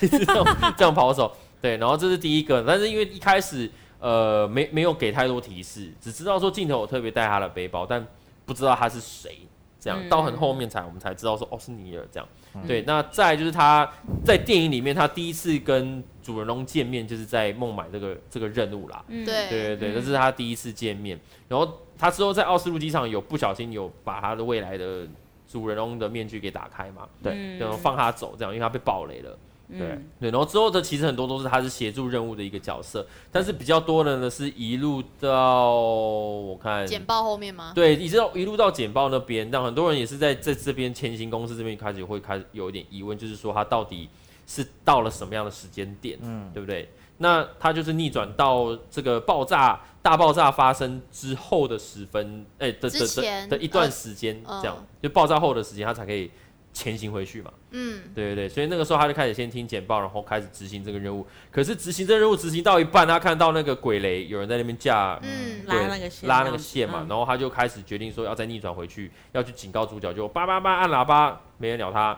这样这样跑走，对，然后这是第一个，但是因为一开始呃没没有给太多提示，只知道说镜头有特别带他的背包，但不知道他是谁。这样
嗯
到很后面才我们才知道说哦是尼尔这样，
嗯
对。那再来就是他在电影里面他第一次跟主人公见面就是在孟买这个这个任务啦，
嗯
对
对对对，
嗯
这是他第一次见面。然后他之后在奥斯陆机场有不小心有把他的未来的主人翁的面具给打开嘛，
嗯
对
然后放他走这样，因为他被暴雷了。
嗯
对
对，然后之后的其实很多都是他是协助任务的一个角色，但是比较多的呢是一路到我看
简报后面吗？
对，一直到一路到简报那边，但很多人也是在在这边前行公司这边开始会开始有一点疑问，就是说他到底是到了什么样的时间点，
嗯，
对不对？那他就是逆转到这个爆炸大爆炸发生之后的十分，哎、的的
之前
的的一段时间，
呃
这样、
嗯
就爆炸后的时间，他才可以前行回去嘛。
嗯，
对对对，所以那个时候他就开始先听简报，然后开始执行这个任务。可是执行这个任务执行到一半，他看到那个鬼雷有人在那边架
嗯
对
拉那个线
拉那个线嘛，
嗯
然后他就开始决定说要再逆转回去，要去警告主角，就叭叭叭按喇叭，没人鸟他。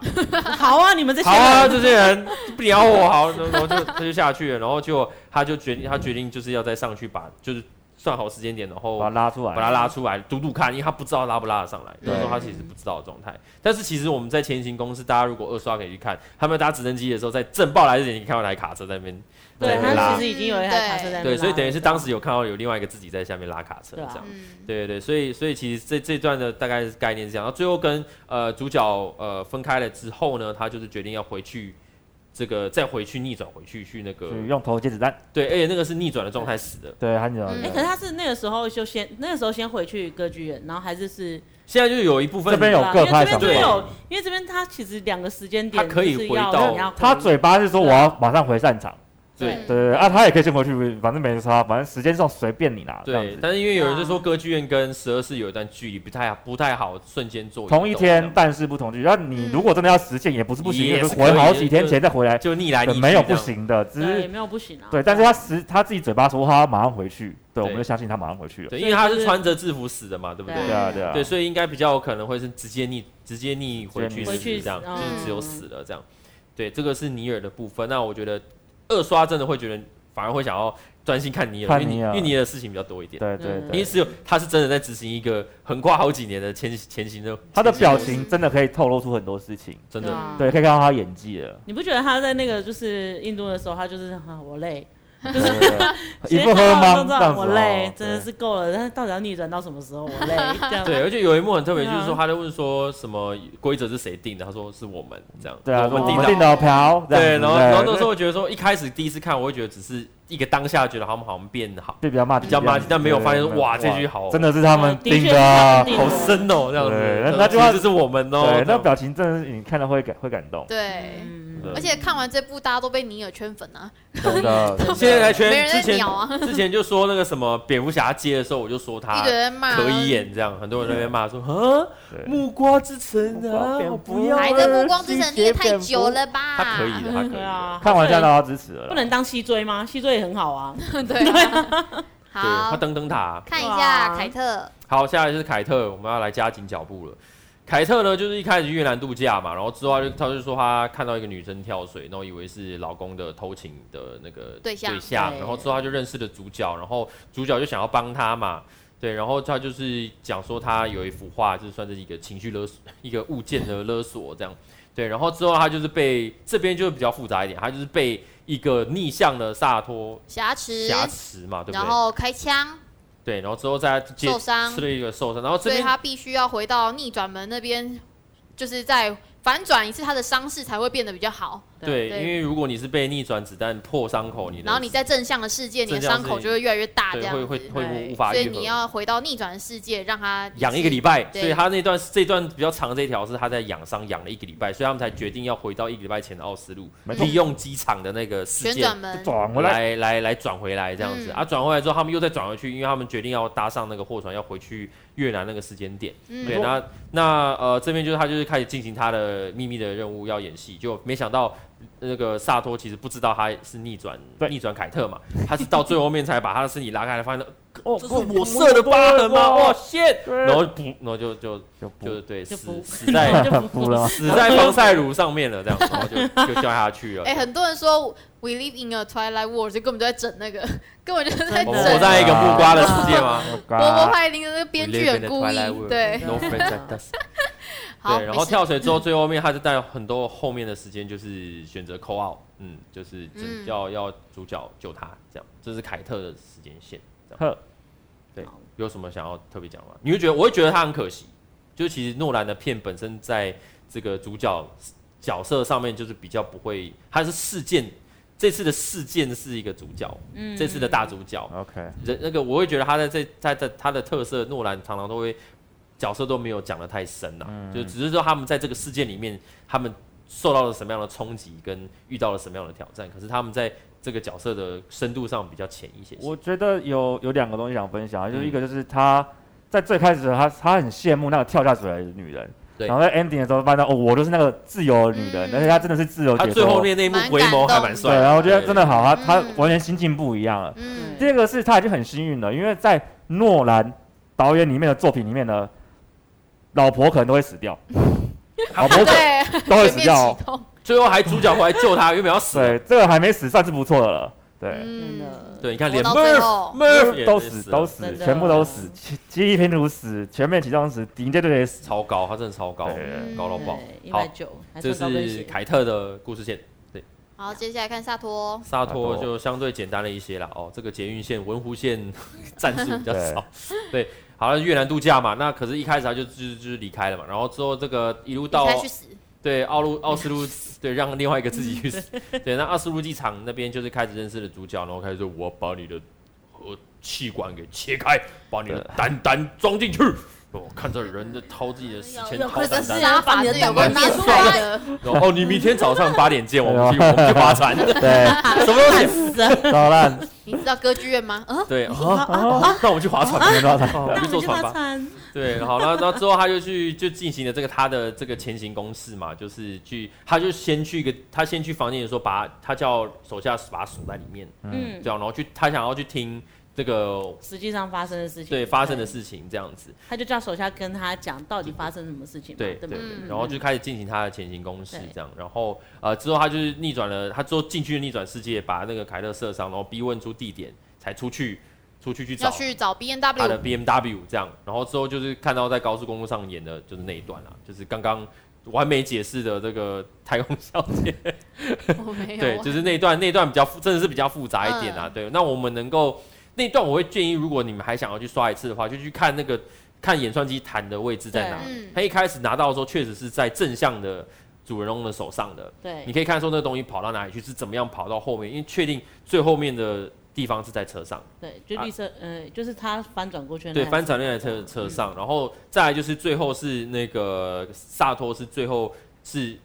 好啊，你们 这些
好啊，
人，
这些人不鸟我，好，然后然后就他就下去了，然后就他就决定他决定就是要再上去把就是算好时间点，然后
把它拉出来，
把它拉出来读读看，因为他不知道拉不拉得上来，有时候他其实不知道的状态。但是其实我们在前行公司，大家如果二刷可以去看，他们搭直升机的时候，在震爆来之前，你看到一台卡车在那边在那
对，他
边
其
拉
实，已经有一台卡车在那边拉了
对，所以等于是当时有看到有另外一个自己在下面拉卡车这
对啊
样。
嗯，
对对对，所以所以其实这这段的大概是概念是这样，然后最后跟呃主角呃分开了之后呢，他就是决定要回去这个再回去逆转回去去那个
去用头接子弹，
对，而且那个是逆转的状态死的，
对，他讲
嗯
哎，可是他是那个时候就先那个时候先回去歌剧院，然后还是是
现在就有一部分
这边有
对啊
各
因为
派
这边
想
这边
法
有，因为这边他其实两个时间点
他可以
就是
回
要
到
你要
他
回
嘴巴是说我要马上回战场，
对
对对对啊，他也可以先回去，反正没差，反正时间上随便你拿，这样
对，啊
子。
但是因为有人就说歌剧院跟十二世有一段距离，不太不太好瞬间做移动
同一天，但是不同剧。那你如果真的要实现，也不是不行，
也
你就是回
可以
好
的
几天前再回来，
就逆来逆去
没有
这
不
样，
行的，只
对，也
是
没有不行啊。
对。但是他实他自己嘴巴说他马上回去，对，我
对
们就相信他马上回去了。
对，因为他是穿着制服死的嘛，对不对
对？啊，对啊。
对，所以应该比较有可能会是直接逆直接逆回去
直接
死
逆
这样，
回
就
去死
是只有
嗯
死了这样。对，这个是尼尔的部分。那我觉得二刷真的会觉得反而会想要专心看尼尔，
看
因为你
尼尔
因为尼尔的事情比较多一点。
对对
嗯
因为
对，
只有他是真的在执行一个横跨好几年的前前行的，
他的表
前行
情真的可以透露出很多事情，
真的
啊
对，可以看到他演技 了。
你不觉得他在那个就是印度的时候，他就是啊我累，
对对 对一
其实
不喝
他们
吗？这
都知道
样子
我
哦
累，真
对
的是够了。但是到底要逆转到什么时候？ 我累，这样
对，而且有一幕很特别，就是说
对啊
他在问说什么规则是谁定的，他说是我们这样，
对啊，
我们
我
定
们
的。
定的嫖，这样
对，
子
然后然后那
对
时候我觉得说，一开始第一次看，我会觉得只是一个当下觉得他们好像变好，
被比较骂街，
比较骂街，但没有
对
发现说
对
哇，
对
这句好
真的是他们
嗯的
定
确
的啊，
是他们定
好
的
深哦，这样子。
对
然后
那就要
其实是我们哦。
对，
这
那
样
表情真的是你看了会感会感 动，
对。
对
嗯，
而且看完这部，大家都被尼尔圈粉啊，
真的。
现在才圈
没人在
之前
鸟啊，
之前就说那个什么蝙蝠侠接的时候，我就说
一
他
堆人骂啊，
可以演这样，很多人在那边骂说啊，木瓜之城啊，我不要
来
还
这
在
啊。
《暮光之城》你也太久了吧？
他可以的，他可以
对
的。
啊，
看完这样大家支持了啦，
不能当西追吗？西追也很好啊。
对啊，
对，他
好，
登灯塔。
看一
哇
下凯特，
好，下来就是凯特，我们要来加紧脚步了。凯特呢，就是一开始去越南度假嘛，然后之后他就他就说他看到一个女生跳水，然后以为是老公的偷情的那个
对象
对象，
对
然后之后他就认识了主角，然后主角就想要帮他嘛，对，然后他就是讲说他有一幅画，就是算是一个情绪勒索， 一个物件的勒索这样，对，然后之后他就是被这边就比较复杂一点，他就是被一个逆向的萨托
挟持，
挟持嘛，对不
然
对？
后开枪，
对，然后之后再接
受伤
吃了一个受伤，然后这
所以
边
他必须要回到逆转门那边，就是在反转一次他的伤势才会变得比较好，
对，
对
因为如果你是被逆转子弹破伤口，你的
然后你在正向的世界，你的
正向
伤口
世界
就会越来越大，这
对
样
会
子
会会
对
无无法
所
愈
以
合
你要回到逆转的世界，让他
养一个礼拜，
对
所以他那段这段比较长这一条是他在养伤养了一个礼拜，所以他们才决定要回到一个礼拜前的奥斯陆，
没
错
利用机场的那个事
旋
件
转门，
转回来，
来来来转回来这样子、
嗯
啊，转回来之后他们又再转回去，因为他们决定要搭上那个货船要回去越南那个时间点。
嗯
对，那那呃这边就是他就是开始进行他的秘密的任务要演戏，就没想到那个萨托其实不知道他是逆转
对
逆转凯特嘛，他是到最后面才把他的身体拉开来，发现
哦
这是我射的疤痕吗？哇，，shit！然后补，然后就就
就
就对
就
死
不
死在
就不
不了 吗，
死在防晒乳上面了，这样，然后就就掉下去了。
哎，很多人说 we live in a twilight world，就根本就在整那个， 根本就是在
哦我
整
们活在一个啊木瓜的世界
啊
吗
波波派林的那个编剧很故
We live in a twilight
意，
world
对，
？No friends like us。
好，
对，然
没
后
事
跳水之后，最后面他就在很多后面的时间就是选择扣 out，嗯，就是就
嗯
要要主角救他这样，这是凯特的时间线。这样
呵，
对
好，
有什么想要特别讲吗？你会觉得，我会觉得他很可惜，就是其实诺兰的片本身在这个主角角色上面就是比较不会，他是事件。这次的事件是一个主角，
嗯
这次的大主角，
OK，
人那个我会觉得他在这他的他的特色，诺兰常常都会角色都没有讲的太深呐、啊
嗯
就只是说他们在这个事件里面，他们受到了什么样的冲击，跟遇到了什么样的挑战，可是他们在这个角色的深度上比较浅一些些。
我觉得有有两个东西想分享，就是一个就是他在最开始的时候他他很羡慕那个跳下水的女人，
对
然后在 ending 的时候发现哦，我就是那个自由的女人，
嗯
而且她真的是自由解
他
脱，
最后面那一幕回眸还蛮
对，啊
帅的，
然后我觉得真的好，他他
嗯
完全心境不一样了。
嗯
第二个是他已经很幸运了，因为在诺兰导演里面的作品里面呢，老婆可能都会死掉，老婆可
对，
都会
全
死
面
掉哦
启。动，
最后还主角回来救他，原本要死了，
对，这个还没死算是不错的了。对，
真
嗯，
的。
对，你看
我
连
到最后
Murph Murph 也
都
也
死
了
都死，
真的
全部都死，记记忆拼图死，全面启动死，顶尖队也死，
超高，他真的超高，
对
高到
嗯
爆。
对，一
好
百，九，还
这
算高跟鞋
是凯特的故事线。
好，接下来看萨托，
沙
萨
托
托
就相对简单了一些啦。哦，这个捷运线文湖线战术比较少，对。好像越南度假嘛，那可是一开始他就就就是离开了嘛，然后之后这个一路到
你才去死，
对奥路奥斯陆，对让另外一个自己去死。对，那奥斯陆机场那边就是开始认识了主角，然后开始说我把你的呃气管给切开，把你的胆胆装进去。我看着人的掏自己的十千
有
掏
有
胆
可
这
胆
是，
杀法是有个变态的，
然后哦，你明天早上八点见，我们去我们去划船，什
对，
么东西？
死 了，
捣烂，
你知道歌剧院吗？嗯，
对啊，那我们去划船，
捣烂，
哦我们去
那我们
坐
就
船
把
吧。
船，
对，好，那那之后他就去就进行了这个他的这个前行公式嘛，就是去他就先去一个他先去房间的时候，把他叫手下把他锁在里面，啊
嗯，
这样，然后去他想要去听这个
实际上发生的事情，
对发生的，事情这样子，
他就叫手下跟他讲到底发生什么事情嘛，
对对
对不
对
嗯，
然后就开始进行他的前行攻势
对
这样，然后呃之后他就是逆转了，他之后进去逆转世界，把那个凯勒射伤，然后逼问出地点，才出去出 去去
要
找
去找 B N
他的
W，
B M W 这样，然后之后就是看到在高速公路上演的就是那一段啦，啊就是刚刚完美解释的这个太空小姐，
我嗯没有，啊
对，就是那一段那一段比较复，真的是比较复杂一点啊，对，那我们能够那一段我会建议，如果你们还想要去刷一次的话，就去看那个看演算机弹的位置在哪
对
里
嗯，
他一开始拿到的时候确实是在正向的主人翁的手上的，你
对，
可以看说那个东西跑到哪里去，是怎么样跑到后面，因为确定最后面的地方是在车上。
对，就绿色，呃，就是他翻转过去的嗯那
啊对，
台
翻
车
转那台车车上，然后再来就是最后是那个萨托是最后是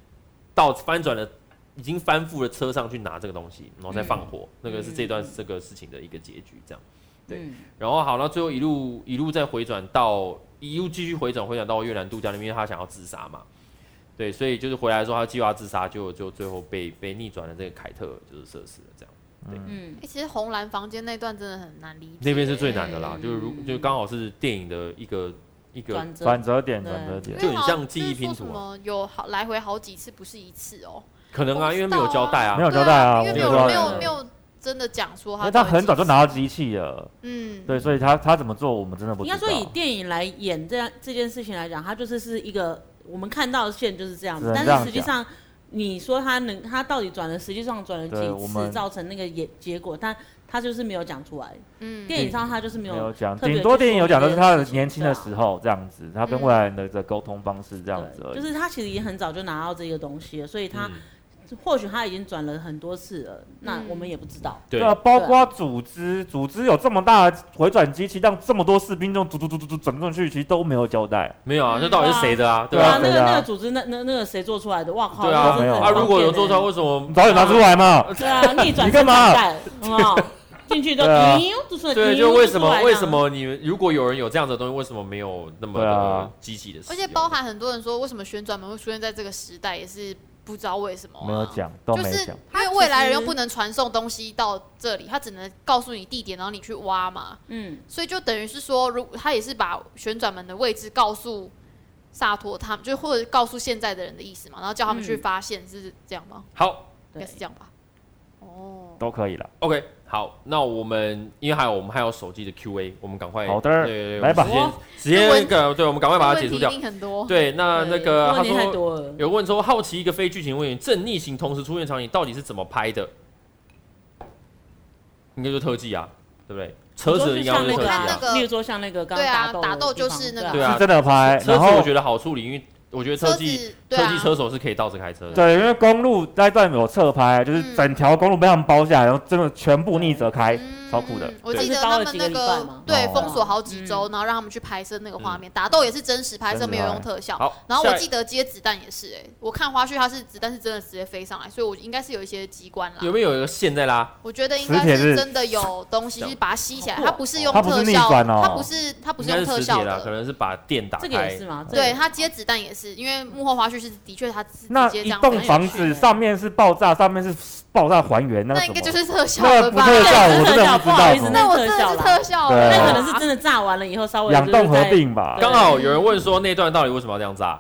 到翻转了，已经翻覆了车上去拿这个东西，然后再
嗯
放火，那个是这段这个事情的一个结局这样。对
嗯
然后好，那最后一路一路再回转到一路继续回转回转到越南度假那边，因为他想要自杀嘛。对，所以就是回来的时候，他计划自杀，就就最后被被逆转的这个凯特就是射死了，这样
嗯，
欸其实红蓝房间那段真的很难理解，
那边是最难的啦，
嗯
就是如就刚好是电影的一个一个
转折，
转折点，转折点
对，就很像记忆拼图啊
因为好像就是说什么有好来回好几次，不是一次哦。
可能
我
啊，
不
因为
知
没有
道
交代啊，
没有
对
交代啊
因为
我
没
们
有
不知道
没有
的
没有真的讲说
因
他，
为他很早就拿到，机器了，
嗯，
对，所以他他怎么做，我们真的不
应
知
该
道。
说以电影来演这样这件事情来讲，它就是是一个我们看到的线就是这样子
只，能
但
这样
是
嗯
实际上你说它能它到底转了，实际上转了
对我
几次
们
造成那个也结果，但它就是没有讲出来。
嗯，
电影上它就是没
没有
有
讲，
特别
顶多电影有讲，
去
都
说
是
这件
他
事
的
情
年轻的时候这样子，他跟
嗯
未来人的的沟通方式这样子而
对，
已。
就是他其实也很早就拿到这个东西了，所以他
嗯
或许他已经转了很多次了，那我们也不知道。
对
啊，包括组织，组织有这么大的回转机器，让这么多士兵这样嘟嘟嘟嘟嘟转过去，其实都没有交代。
没有啊，这到底是谁的啊？
对
吧
啊？
那
对
个
啊
那个组织那那那个谁做出来的？哇靠！
对
没有
啊，
啊
啊，如果有做出来，
到，
为什么
你？早点拿出来嘛！
欸对啊，逆转
你干嘛
生产带？有没有进去都
对啊
丢就出来，
对，
丢
就为
出
什么
来
为
这
什
样
么你如果有人有这样子的东西，为什么没有那么
对
的
啊
积极的使
而
用？
且包含很多人说，为什么旋转门会出现在这个时代，也是不知道为什么啊、
没有讲，都
就
没
是
讲。
因为未来人又不能传送东西到这里，他只能告诉你地点，然后你去挖嘛。
嗯，
所以就等于是说，如他也是把旋转门的位置告诉萨托他们，就或者告诉现在的人的意思嘛，然后叫他们去
嗯
发现，是这样吗？
好
应
对
该是这样吧。哦，
都可以了，
，OK，好，那我们因为还有我们还有手机的 QA，我们赶快
好的
对对对，
来吧
我们时间时间那个，对，我们赶快把它
问
结
题
束
一
掉。
定很多。
对，那那个他
对呃问题太
说
多了。
有问说，好奇一个非剧情问题，正逆行同时出现场景到底是怎么拍的？应该就特技啊，对不对？车子应该
像
就是特技
那个
啊
那。个
例如说像那个刚
对
刚
啊
打斗
打
打
斗就是那个
对啊
是真的拍。
车
然
子我
后
觉得好处理，因为我觉得
车
特
子
技、
对
特
啊
技车手是可以倒着开车的。
对，因为公路那一段有侧拍，就是
嗯
整条公路被他们包下来，然后真的全部逆折开，
嗯
超酷的。
我
对
记
就
得
是包
他
了
们
几
那
个礼拜
个
嘛嗯
对
哦
封锁好几周，然后让他们去拍摄那个画面，打斗也是真实拍摄，
真实
没有用
拍
特效。
好，
然后
下
我记得接子弹也是，哎，我看花絮它是子弹是真的直接飞上来，所以我应该是有一些机关啦。
有没有一个线在拉？
我觉得应
磁
该
铁
是
是
真的有东西去把它吸起来，
好酷
它
哦
不是用
它不是
特
逆
效，
转哦
它不是它不
应
是
该
用
是
特
磁
效
铁啦，可
的。
能是把电打开。
这个也是嘛？这个
对，它接子弹也是，因为幕后花絮是的确它直
那
直接这
一
样
栋
飞
房
上去
子上面是爆炸，上面是爆炸还原，那
那
个什
应
么
该就是特效
那
了
个不
吧？
特
那
效，我真的不
不好意思
知
那
道。
我真的是特效了，
对
那
啊
可能是真
哦
的炸完了以后稍微
两栋
就是
合
在
并吧，
对
刚好有人问说那段到底为什么要这样炸？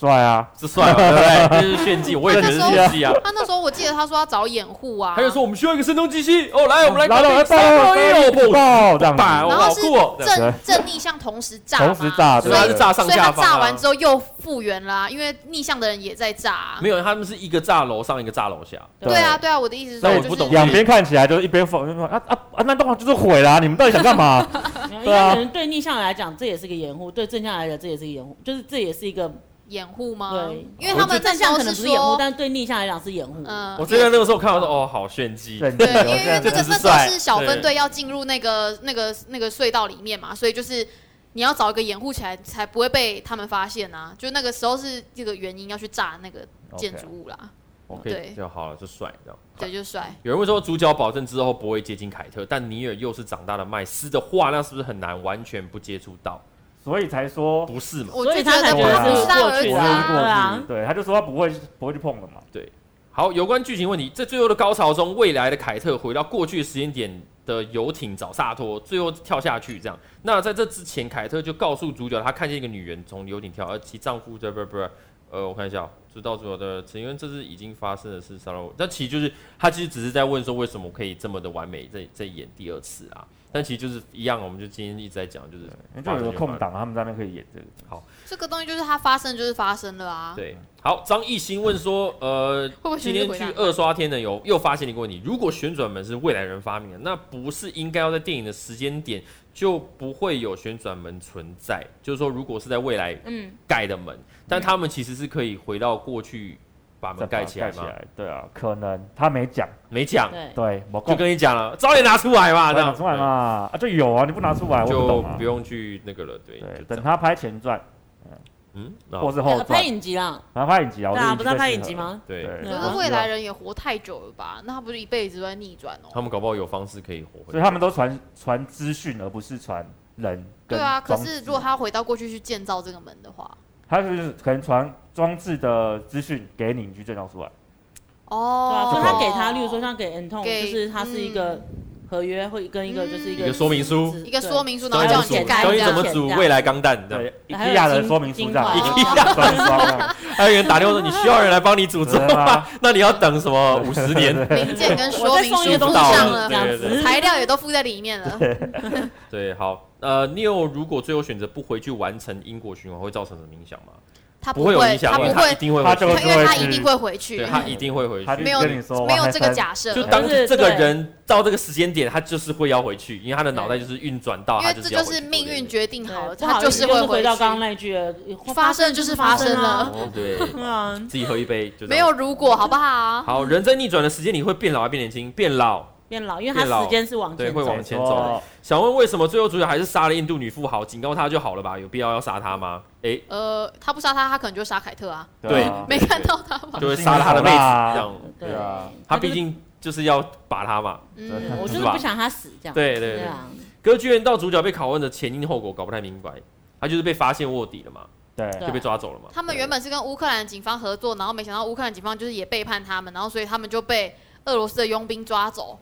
帅啊，
是帅嘛，对不对？这是炫技，我也觉得是炫技啊。
他那时候我记得他说要找掩护啊，
他就说我们需要一个声东击西，哦，来，我们来
来
搞
了来
定三二一，哦，砰！
爆这样子，
吧
然
好
后是
酷哦这样
正正逆向同时炸嘛，
同时炸
所
所
以
对
他
以
是炸上
所以他
下方、啊。
炸完之后又复原啦，因为逆向的人也在炸啊。
没有，他们是一个炸楼上，一个炸楼下。
对啊，对啊，我的意思是
那
说，
我
就
不懂
是
两边看起来就是一边否认说啊啊啊，那动画就是毁啦、你们到底想干嘛？
没有因
对
为
啊
可能对逆向来讲，这也是一个掩护；对正向来讲，这也是一个掩护，就是这也是一个
掩护吗？
对
因为他们那
正
时
向
候
可能不是掩护，
说，
但是对逆向来讲是掩护。
嗯，
我真的那个时候看到说，哦，好炫技。
对，
对， 因为那
这
个
只是
那时候
帅
是小分队要进入那个那个那个隧道里面嘛，所以就是你要找一个掩护起来，才不会被他们发现啊。就那个时候是这个原因要去炸那个建筑物啦。
OK
对
就好了，就帅这样。
对，就帅。
有人会说主角保证之后不会接近凯特，但尼尔又是长大的麦斯的话，那是不是很难完全不接触到？
所以才说
不是嘛？
我
所
就
以
觉
他才
得
觉得
他不
是
是他
过
儿
去
子
我
的啊对
啊。
就是过去，对，他就说他不会不会去碰的嘛。
好，有关剧情问题，在最后的高潮中，未来的凯特回到过去时间点的游艇找萨托，最后跳下去这样。那在这之前，凯特就告诉主角，她看见一个女人从游艇跳，而其丈夫这不不不，呃，我看一下哦，知道主角的成员，这是已经发生的事，骚扰我。但其实就是他其实只是在问说，为什么可以这么的完美再再演第二次啊？但其实就是一样，我们就今天一直在讲，就是
因为就有个空档，他们在那边可以演这个。
这个东西就是它发生就是发生了啊。
对。好，张艺兴问说，呃，
会不会
今
全是
天去
回答？
二刷天的有又发现了一个问题：如果旋转门是未来人发明的，那不是应该要在电影的时间点就不会有旋转门存在？就是说，如果是在未来
嗯，
盖的门，但他们其实是可以回到过去把门盖起来
盖起
吗？
来，对啊，可能他没讲，
没讲，
对，
对，我
就跟你讲了，早点拿出来嘛，这
拿
样
出来嘛，啊，就有啊，你不拿出来，我
对，
也
就
不懂啊
不。用去那个了，对，
对
就，这样，
等他拍前传
嗯，
或
哦，
是后
呃
传
拍，影集啦，
然后拍影集啊，我
对
觉得
啊，
影
不
集
是在
最
拍
适
影集
合？
吗？
对，
对，
可
啊
是未来人也活太久了吧？那他不是一辈子都在逆转
他
哦？
们搞不好有方式可以活回
所以
来。
他们都传传资讯，而不是传人。
对啊，可是如果他回到过去去建造这个门的话，
他就是可能传装置的资讯给你，你去正常出来。
对啊，
哦，
所以他给他，例如说像给 Anton，
给
就是他是一个合约，会跟一个
嗯
就是
一个说明书
一个说
明，
明书，然
教
后
你
叫
怎
你去
么煮，
简
盖
单
教你
这
怎
样
么
简。单
煮未来钢弹，这样
对，一
还有
亚的
精
说明书
精
这样，
华
一亚传说这样，
还有人打电话说你需要人来帮你煮粥
对啊
吗？ 那你要等什么五十年？
零件跟
我
说
再
明
送
书
一个东
附
西
到
上
了
这
了，
样
对对
子，
材料也都附在里面了。
对，好，呃，Neo 如果最后选择不回去完成因果循环，会造成什么影响吗？
他
会有
会，
影响，
他
因
不
为他一
会，
定会
他
回去
就，会
因为他
去
一定会回去
对，他一定会回
他就
去。
没有
跟你说
没有
哇
这个
还
假设
就
了。
当
就是
这个
对
人到这个时间点，他就是会要回去，因为他的脑袋就是运转到，
因
他
为
就
这
是要
就
回去
是命运决定好了，
不好
他
意思
是
就
会
是回到
去
刚刚那句了，
发生就是发生
了。
了，
对，
对啊，
自己喝一杯就这样
没有。如果，好不好？
好，人在逆转的时间里会变老还变年轻？变老，
变老，因为
变老
他时间是往
对
前
会
走
往。前走。想问为什么最后主角还是杀了印度女富豪？警告他就好了吧？有必要要杀他吗？诶，
呃，他不杀他，他可能就杀凯特啊，
对
啊
没看到他吗？
就会杀了他的妹子，这样。
对啊
他
就是
毕竟就是要把他嘛。
嗯，
我就是是
吧
不想他死这样。
对对
对
对。
啊，
歌剧院到主角被拷问的前因后果搞不太明白，他就是被发现卧底了嘛，
对
对
就被抓走了嘛。
他们原本是跟乌克兰警方合作，然后没想到乌克兰警方就是也背叛他们，然后所以他们就被俄罗斯的佣兵抓走。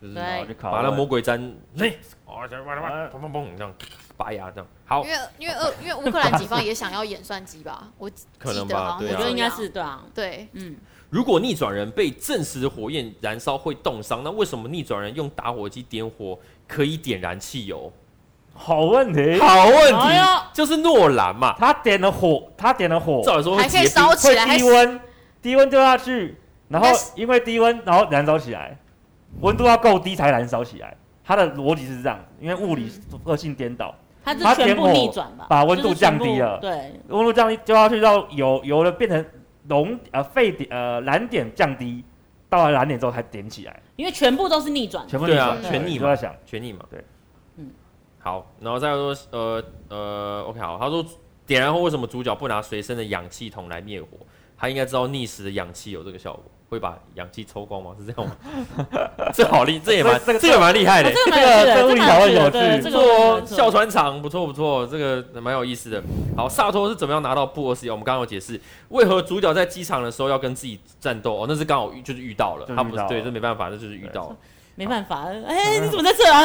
就是
对
然后就考
把那魔鬼毡，哎，哦，
呃
砰砰砰这样拔牙这样。好
因，为因为俄 因为乌克兰警方也想要演算机吧，我记
可能
记得
吧
好像
对
是
啊
我觉
这
得
样
应该是对啊，
对，
嗯，
如果逆转人被证实火焰燃烧会冻伤，那为什么逆转人用打火机点火可以点燃汽油？
好问题，
好问
哎
题
呦，
就是诺兰嘛。
他点了火，他点了火，
照理说会
还可
结冰
以烧起
会
来，还
低温，低温丢下去，然后
应该是
因为低温，然后燃烧起来，温度要够低才燃烧起来。它的逻辑是这样，因为物理
嗯
特性颠倒，
他是
他
全部
点火
逆转吧，
把温度
就是全
降低
部
了
对，
温度降低丢下去到油油了变成熔呃沸点呃燃点降低，到了燃点之后才点起来，
因为全部都是逆转。
全部
对
逆
啊
转，
全逆
你
嘛
都在想，
权益嘛。
对，
嗯，
好，然后再说，呃呃，OK，好，他说点燃后为什么主角不拿随身的氧气筒来灭火？他应该知道逆时的氧气有这个效果，会把氧气抽光吗？是这 样吗？这好厉，这也蛮
这这个
这也蛮厉害的哦
哦。这个蛮有趣的，
这个
这
物
个
理
蛮
讨
有趣
论
的，
有
对，
趣
这个
做
我觉得
哮喘场不错不错，这个蛮有意思的。好，萨托是怎么样拿到布二十一？我们刚刚有解释，为何主角在机场的时候要跟自己战斗？哦，那是刚好遇就是遇到了，
就是
他不
遇到
是
了
对，这没办法，这就是遇到了。
没办法，哎，你怎么在这啊？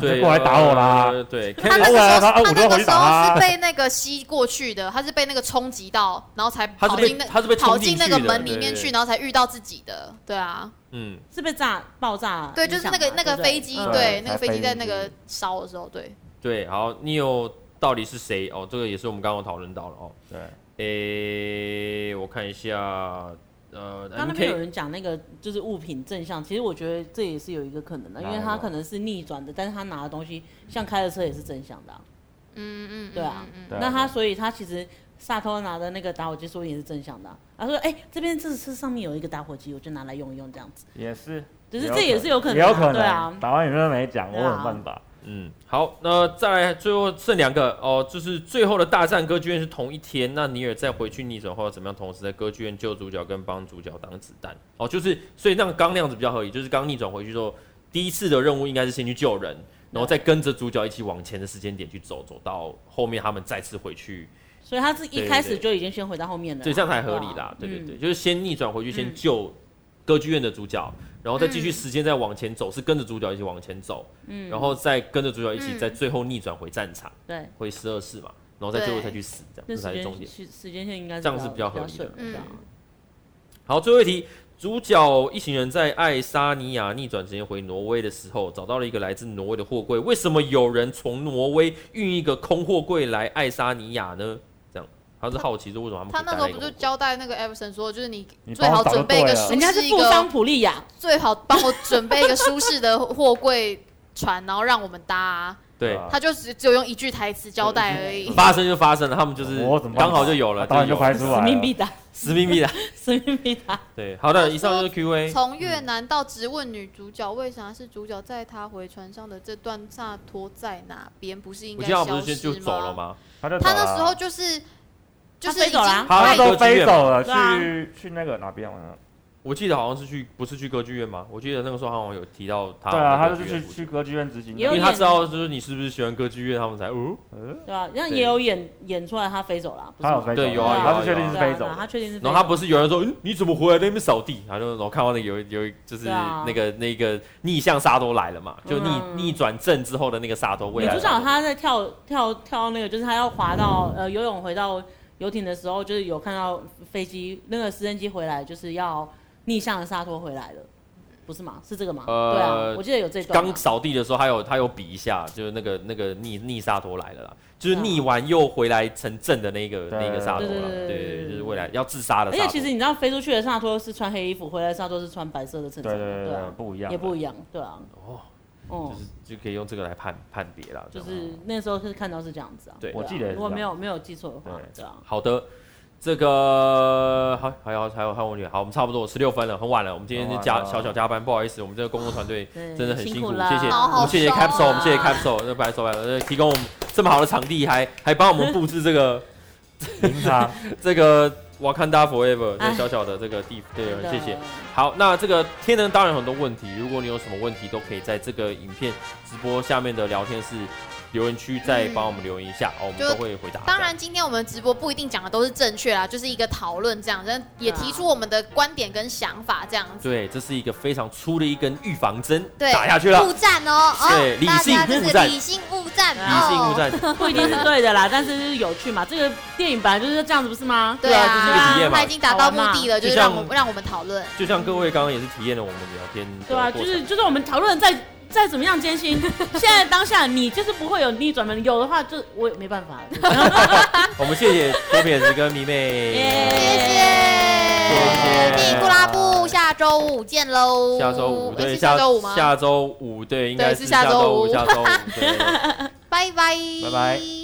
对，
过来打我啦
呃对，
他
Kenneth-
那个时
我
候，
要他
他
我就
那
要
个
回去
时
打
候
他
是被那个吸过去的，他是被那个冲击到，然后才
他是
跑
被
进那
他是被冲
跑
进
进那
去
个
的
门
对
里面
对
去，
对
然后才遇到自己的。对啊，
嗯，
是被炸爆炸影响吗？
对，就是那个那个飞机，
嗯
对，那
才
个飞
飞
机在
进
那
去
个烧的时候，对，
对，好，Neo 到底是谁？哦，这个也是我们刚刚有讨论到了哦。
对，
诶、我看一下，呃
刚刚那边有
，MK
人讲那个就是物品正向，其实我觉得这也是有一个可能的，因为
哪
他
有
可能是逆转的，但是他拿的东西像开的车也是正向的啊、
嗯嗯，
对啊
嗯嗯嗯
对啊
那他所以他其实萨托拿的那个打火机说也是正向的啊、他说哎、这边这这上面有一个打火机，我就拿来用一用这样子，
也是，
只是这也是有可能
也
啊
有可
对啊
能。打完有没有没讲，我
对啊
有办法。
嗯，好，那再来最后剩两个哦，就是最后的大战歌剧院是同一天，那尼尔在回去逆转后要怎么样？同时在歌剧院救主角跟帮主角挡子弹哦，就是所以那个刚那样子比较合理，就是刚逆转回去之后，第一次的任务应该是先去救人，然后再跟着主角一起往前的时间点去走，走到后面他们再次回去
所以他是
对
一
对
开始
对
就已经先回到后面的啦，
对，这样才合理
对
啦
啊。
对对对，
嗯
就是先逆转回去，先
嗯
救歌剧院的主角，然后再继续
嗯
时间再往前走，是跟着主角一起往前走，
嗯
然后再跟着主角一起
嗯
在最后逆转回战场，
对，
回十二世嘛，然后在最后
对
才去死，这样
那
这
时
才是重
间
点。
时时间线应该是
这样是
比
比较
较
合理的
顺
嗯
对啊
好，最后一题，主角一行人在爱沙尼亚逆转之前回挪威的时候，找到了一个来自挪威的货柜，为什么有人从挪威运一个空货柜来爱沙尼亚呢？这样，他是好奇说为什么他们
他
可以
那
带
时候
来一个
不就
货柜
交代那个 Everson 说，就是你
你
最
帮
好
我找
准
就
备一
对
个
啊
了
舒
人家是
适一
富商
个，
普利亚，
最好帮我准备一个舒适的货柜船，然后让我们搭啊。
对
啊
他就只只有用一句台词交代而已。
发生就发生了，他们就是
我哦怎么办
刚好就有了，
当然就
有了
拍出
死
来
命
了
必。 打，
死命 密的。
死命必打。
对，好的，以上就是
嗯
Q&A。
从越南到直问女主角为啥是主角载她回船上的这段萨托在哪边？不是应
我
该
记得他
消
不是先
失
就走了？吗？啊
他就
他
走了
那时候就是就
他
是
飞
已
走
经
了啊
他
他那时候飞走了，
对啊
去去那个哪边玩了？
我记得好像是去，不是去歌剧院吗？我记得那个时候好像有提到他。
对啊，他就是去去，歌剧院执行的。
也
因
有
为他知道就是你是不是喜欢歌剧院，他们才哦。
嗯，
对吧？那
对
也有演演出来他飞走了啊，不是
他有
吗
飞走，
对有
啊有啊
他是确定是
对啊
飞
对
走
啊他
的。
确定是飞走。
然后他不是有人说，嗯，你怎么回来在那边扫地？他就然后看到那个有有就是
对啊
那个那个逆向沙都来了嘛，就逆
嗯
逆转正之后的那个沙都未
女
来。
主角她在跳跳跳到那个，就是她要滑到呃游泳回到游艇的时候，就是有看到飞机那个私人机回来，就是要逆向的沙托回来了，不是吗？是这个吗？
呃
对啊，我记得有这段嘛。
刚扫地的时候，他有他有比一下，就是那个那个逆逆沙陀来了啦，就是
对啊
逆完又回来成正的那个
对
那个沙陀啦，
对对对
对
对
对，
对
就是未来要自杀的
而
沙陀。
且其实你知道飞出去的沙托是穿黑衣服，回来的沙托是穿白色的衬
对
衫
对
嘛，
对对对，
啊，
不一样，
也不一样，对啊，
哦，
哦
就，是就可以用这个来判判别啦，
就
这样
是那时候是看到是这样子
哦
啊。
对
啊
我记得也是
如果
这样
没有没有记错的话
对，
对啊，
好的。这个好，还有还有还有问题，好，我们差不多十六分了，很晚了，我们今天是加
很晚了
小小加班，不好意思，我们这个工作团队
对
真的很辛
辛
苦，
苦
谢
啦
谢，
好
我们谢谢
好
Capsule，
爽啊
我们谢谢 Capsule，那白手白手呃提供我们这么好的场地，还还帮我们布置这个。
平常
这个瓦坎达 forever 这
哎
小小的这个地，对，
真的
谢谢。 好，那这个天能当然有很多问题，如果你有什么问题，都可以在这个影片直播下面的聊天室留言区再帮我们留言一下、哦，我们
嗯就
都会回答。
当然，今天我们直播不一定讲的都是正确啦，就是一个讨论这样，但也
啊
提出我们的观点跟想法这样子。
这样，对，这是一个非常粗的一根预防针，
对
打下去了，
误战哦，哦
对理性
大家就是
误战
理性误战，
理性
哦
误战，
不一定是对的啦，但是就是有趣嘛。这个电影本来就是这样子，不是吗？
对
对啊这是一个体验嘛
他已经达到目的了，
就
就是
像
让我们让我们讨论。
就像各位刚刚也是体验了我们聊天的
对啊，
过
就
程
是就是我们讨论再再怎么样艰 辛，现在当下你就是不会有逆转门，有的话就我也没办法了。
我们谢谢左撇子跟迷 妹。
谢
耶
谢
谢谢
蒂库拉布，下周五见喽！
下周五
诶
对，
哎是下周五吗？
下周五对，应该
对是
下
下周
周
五
下周五对。对对
拜拜，
拜拜。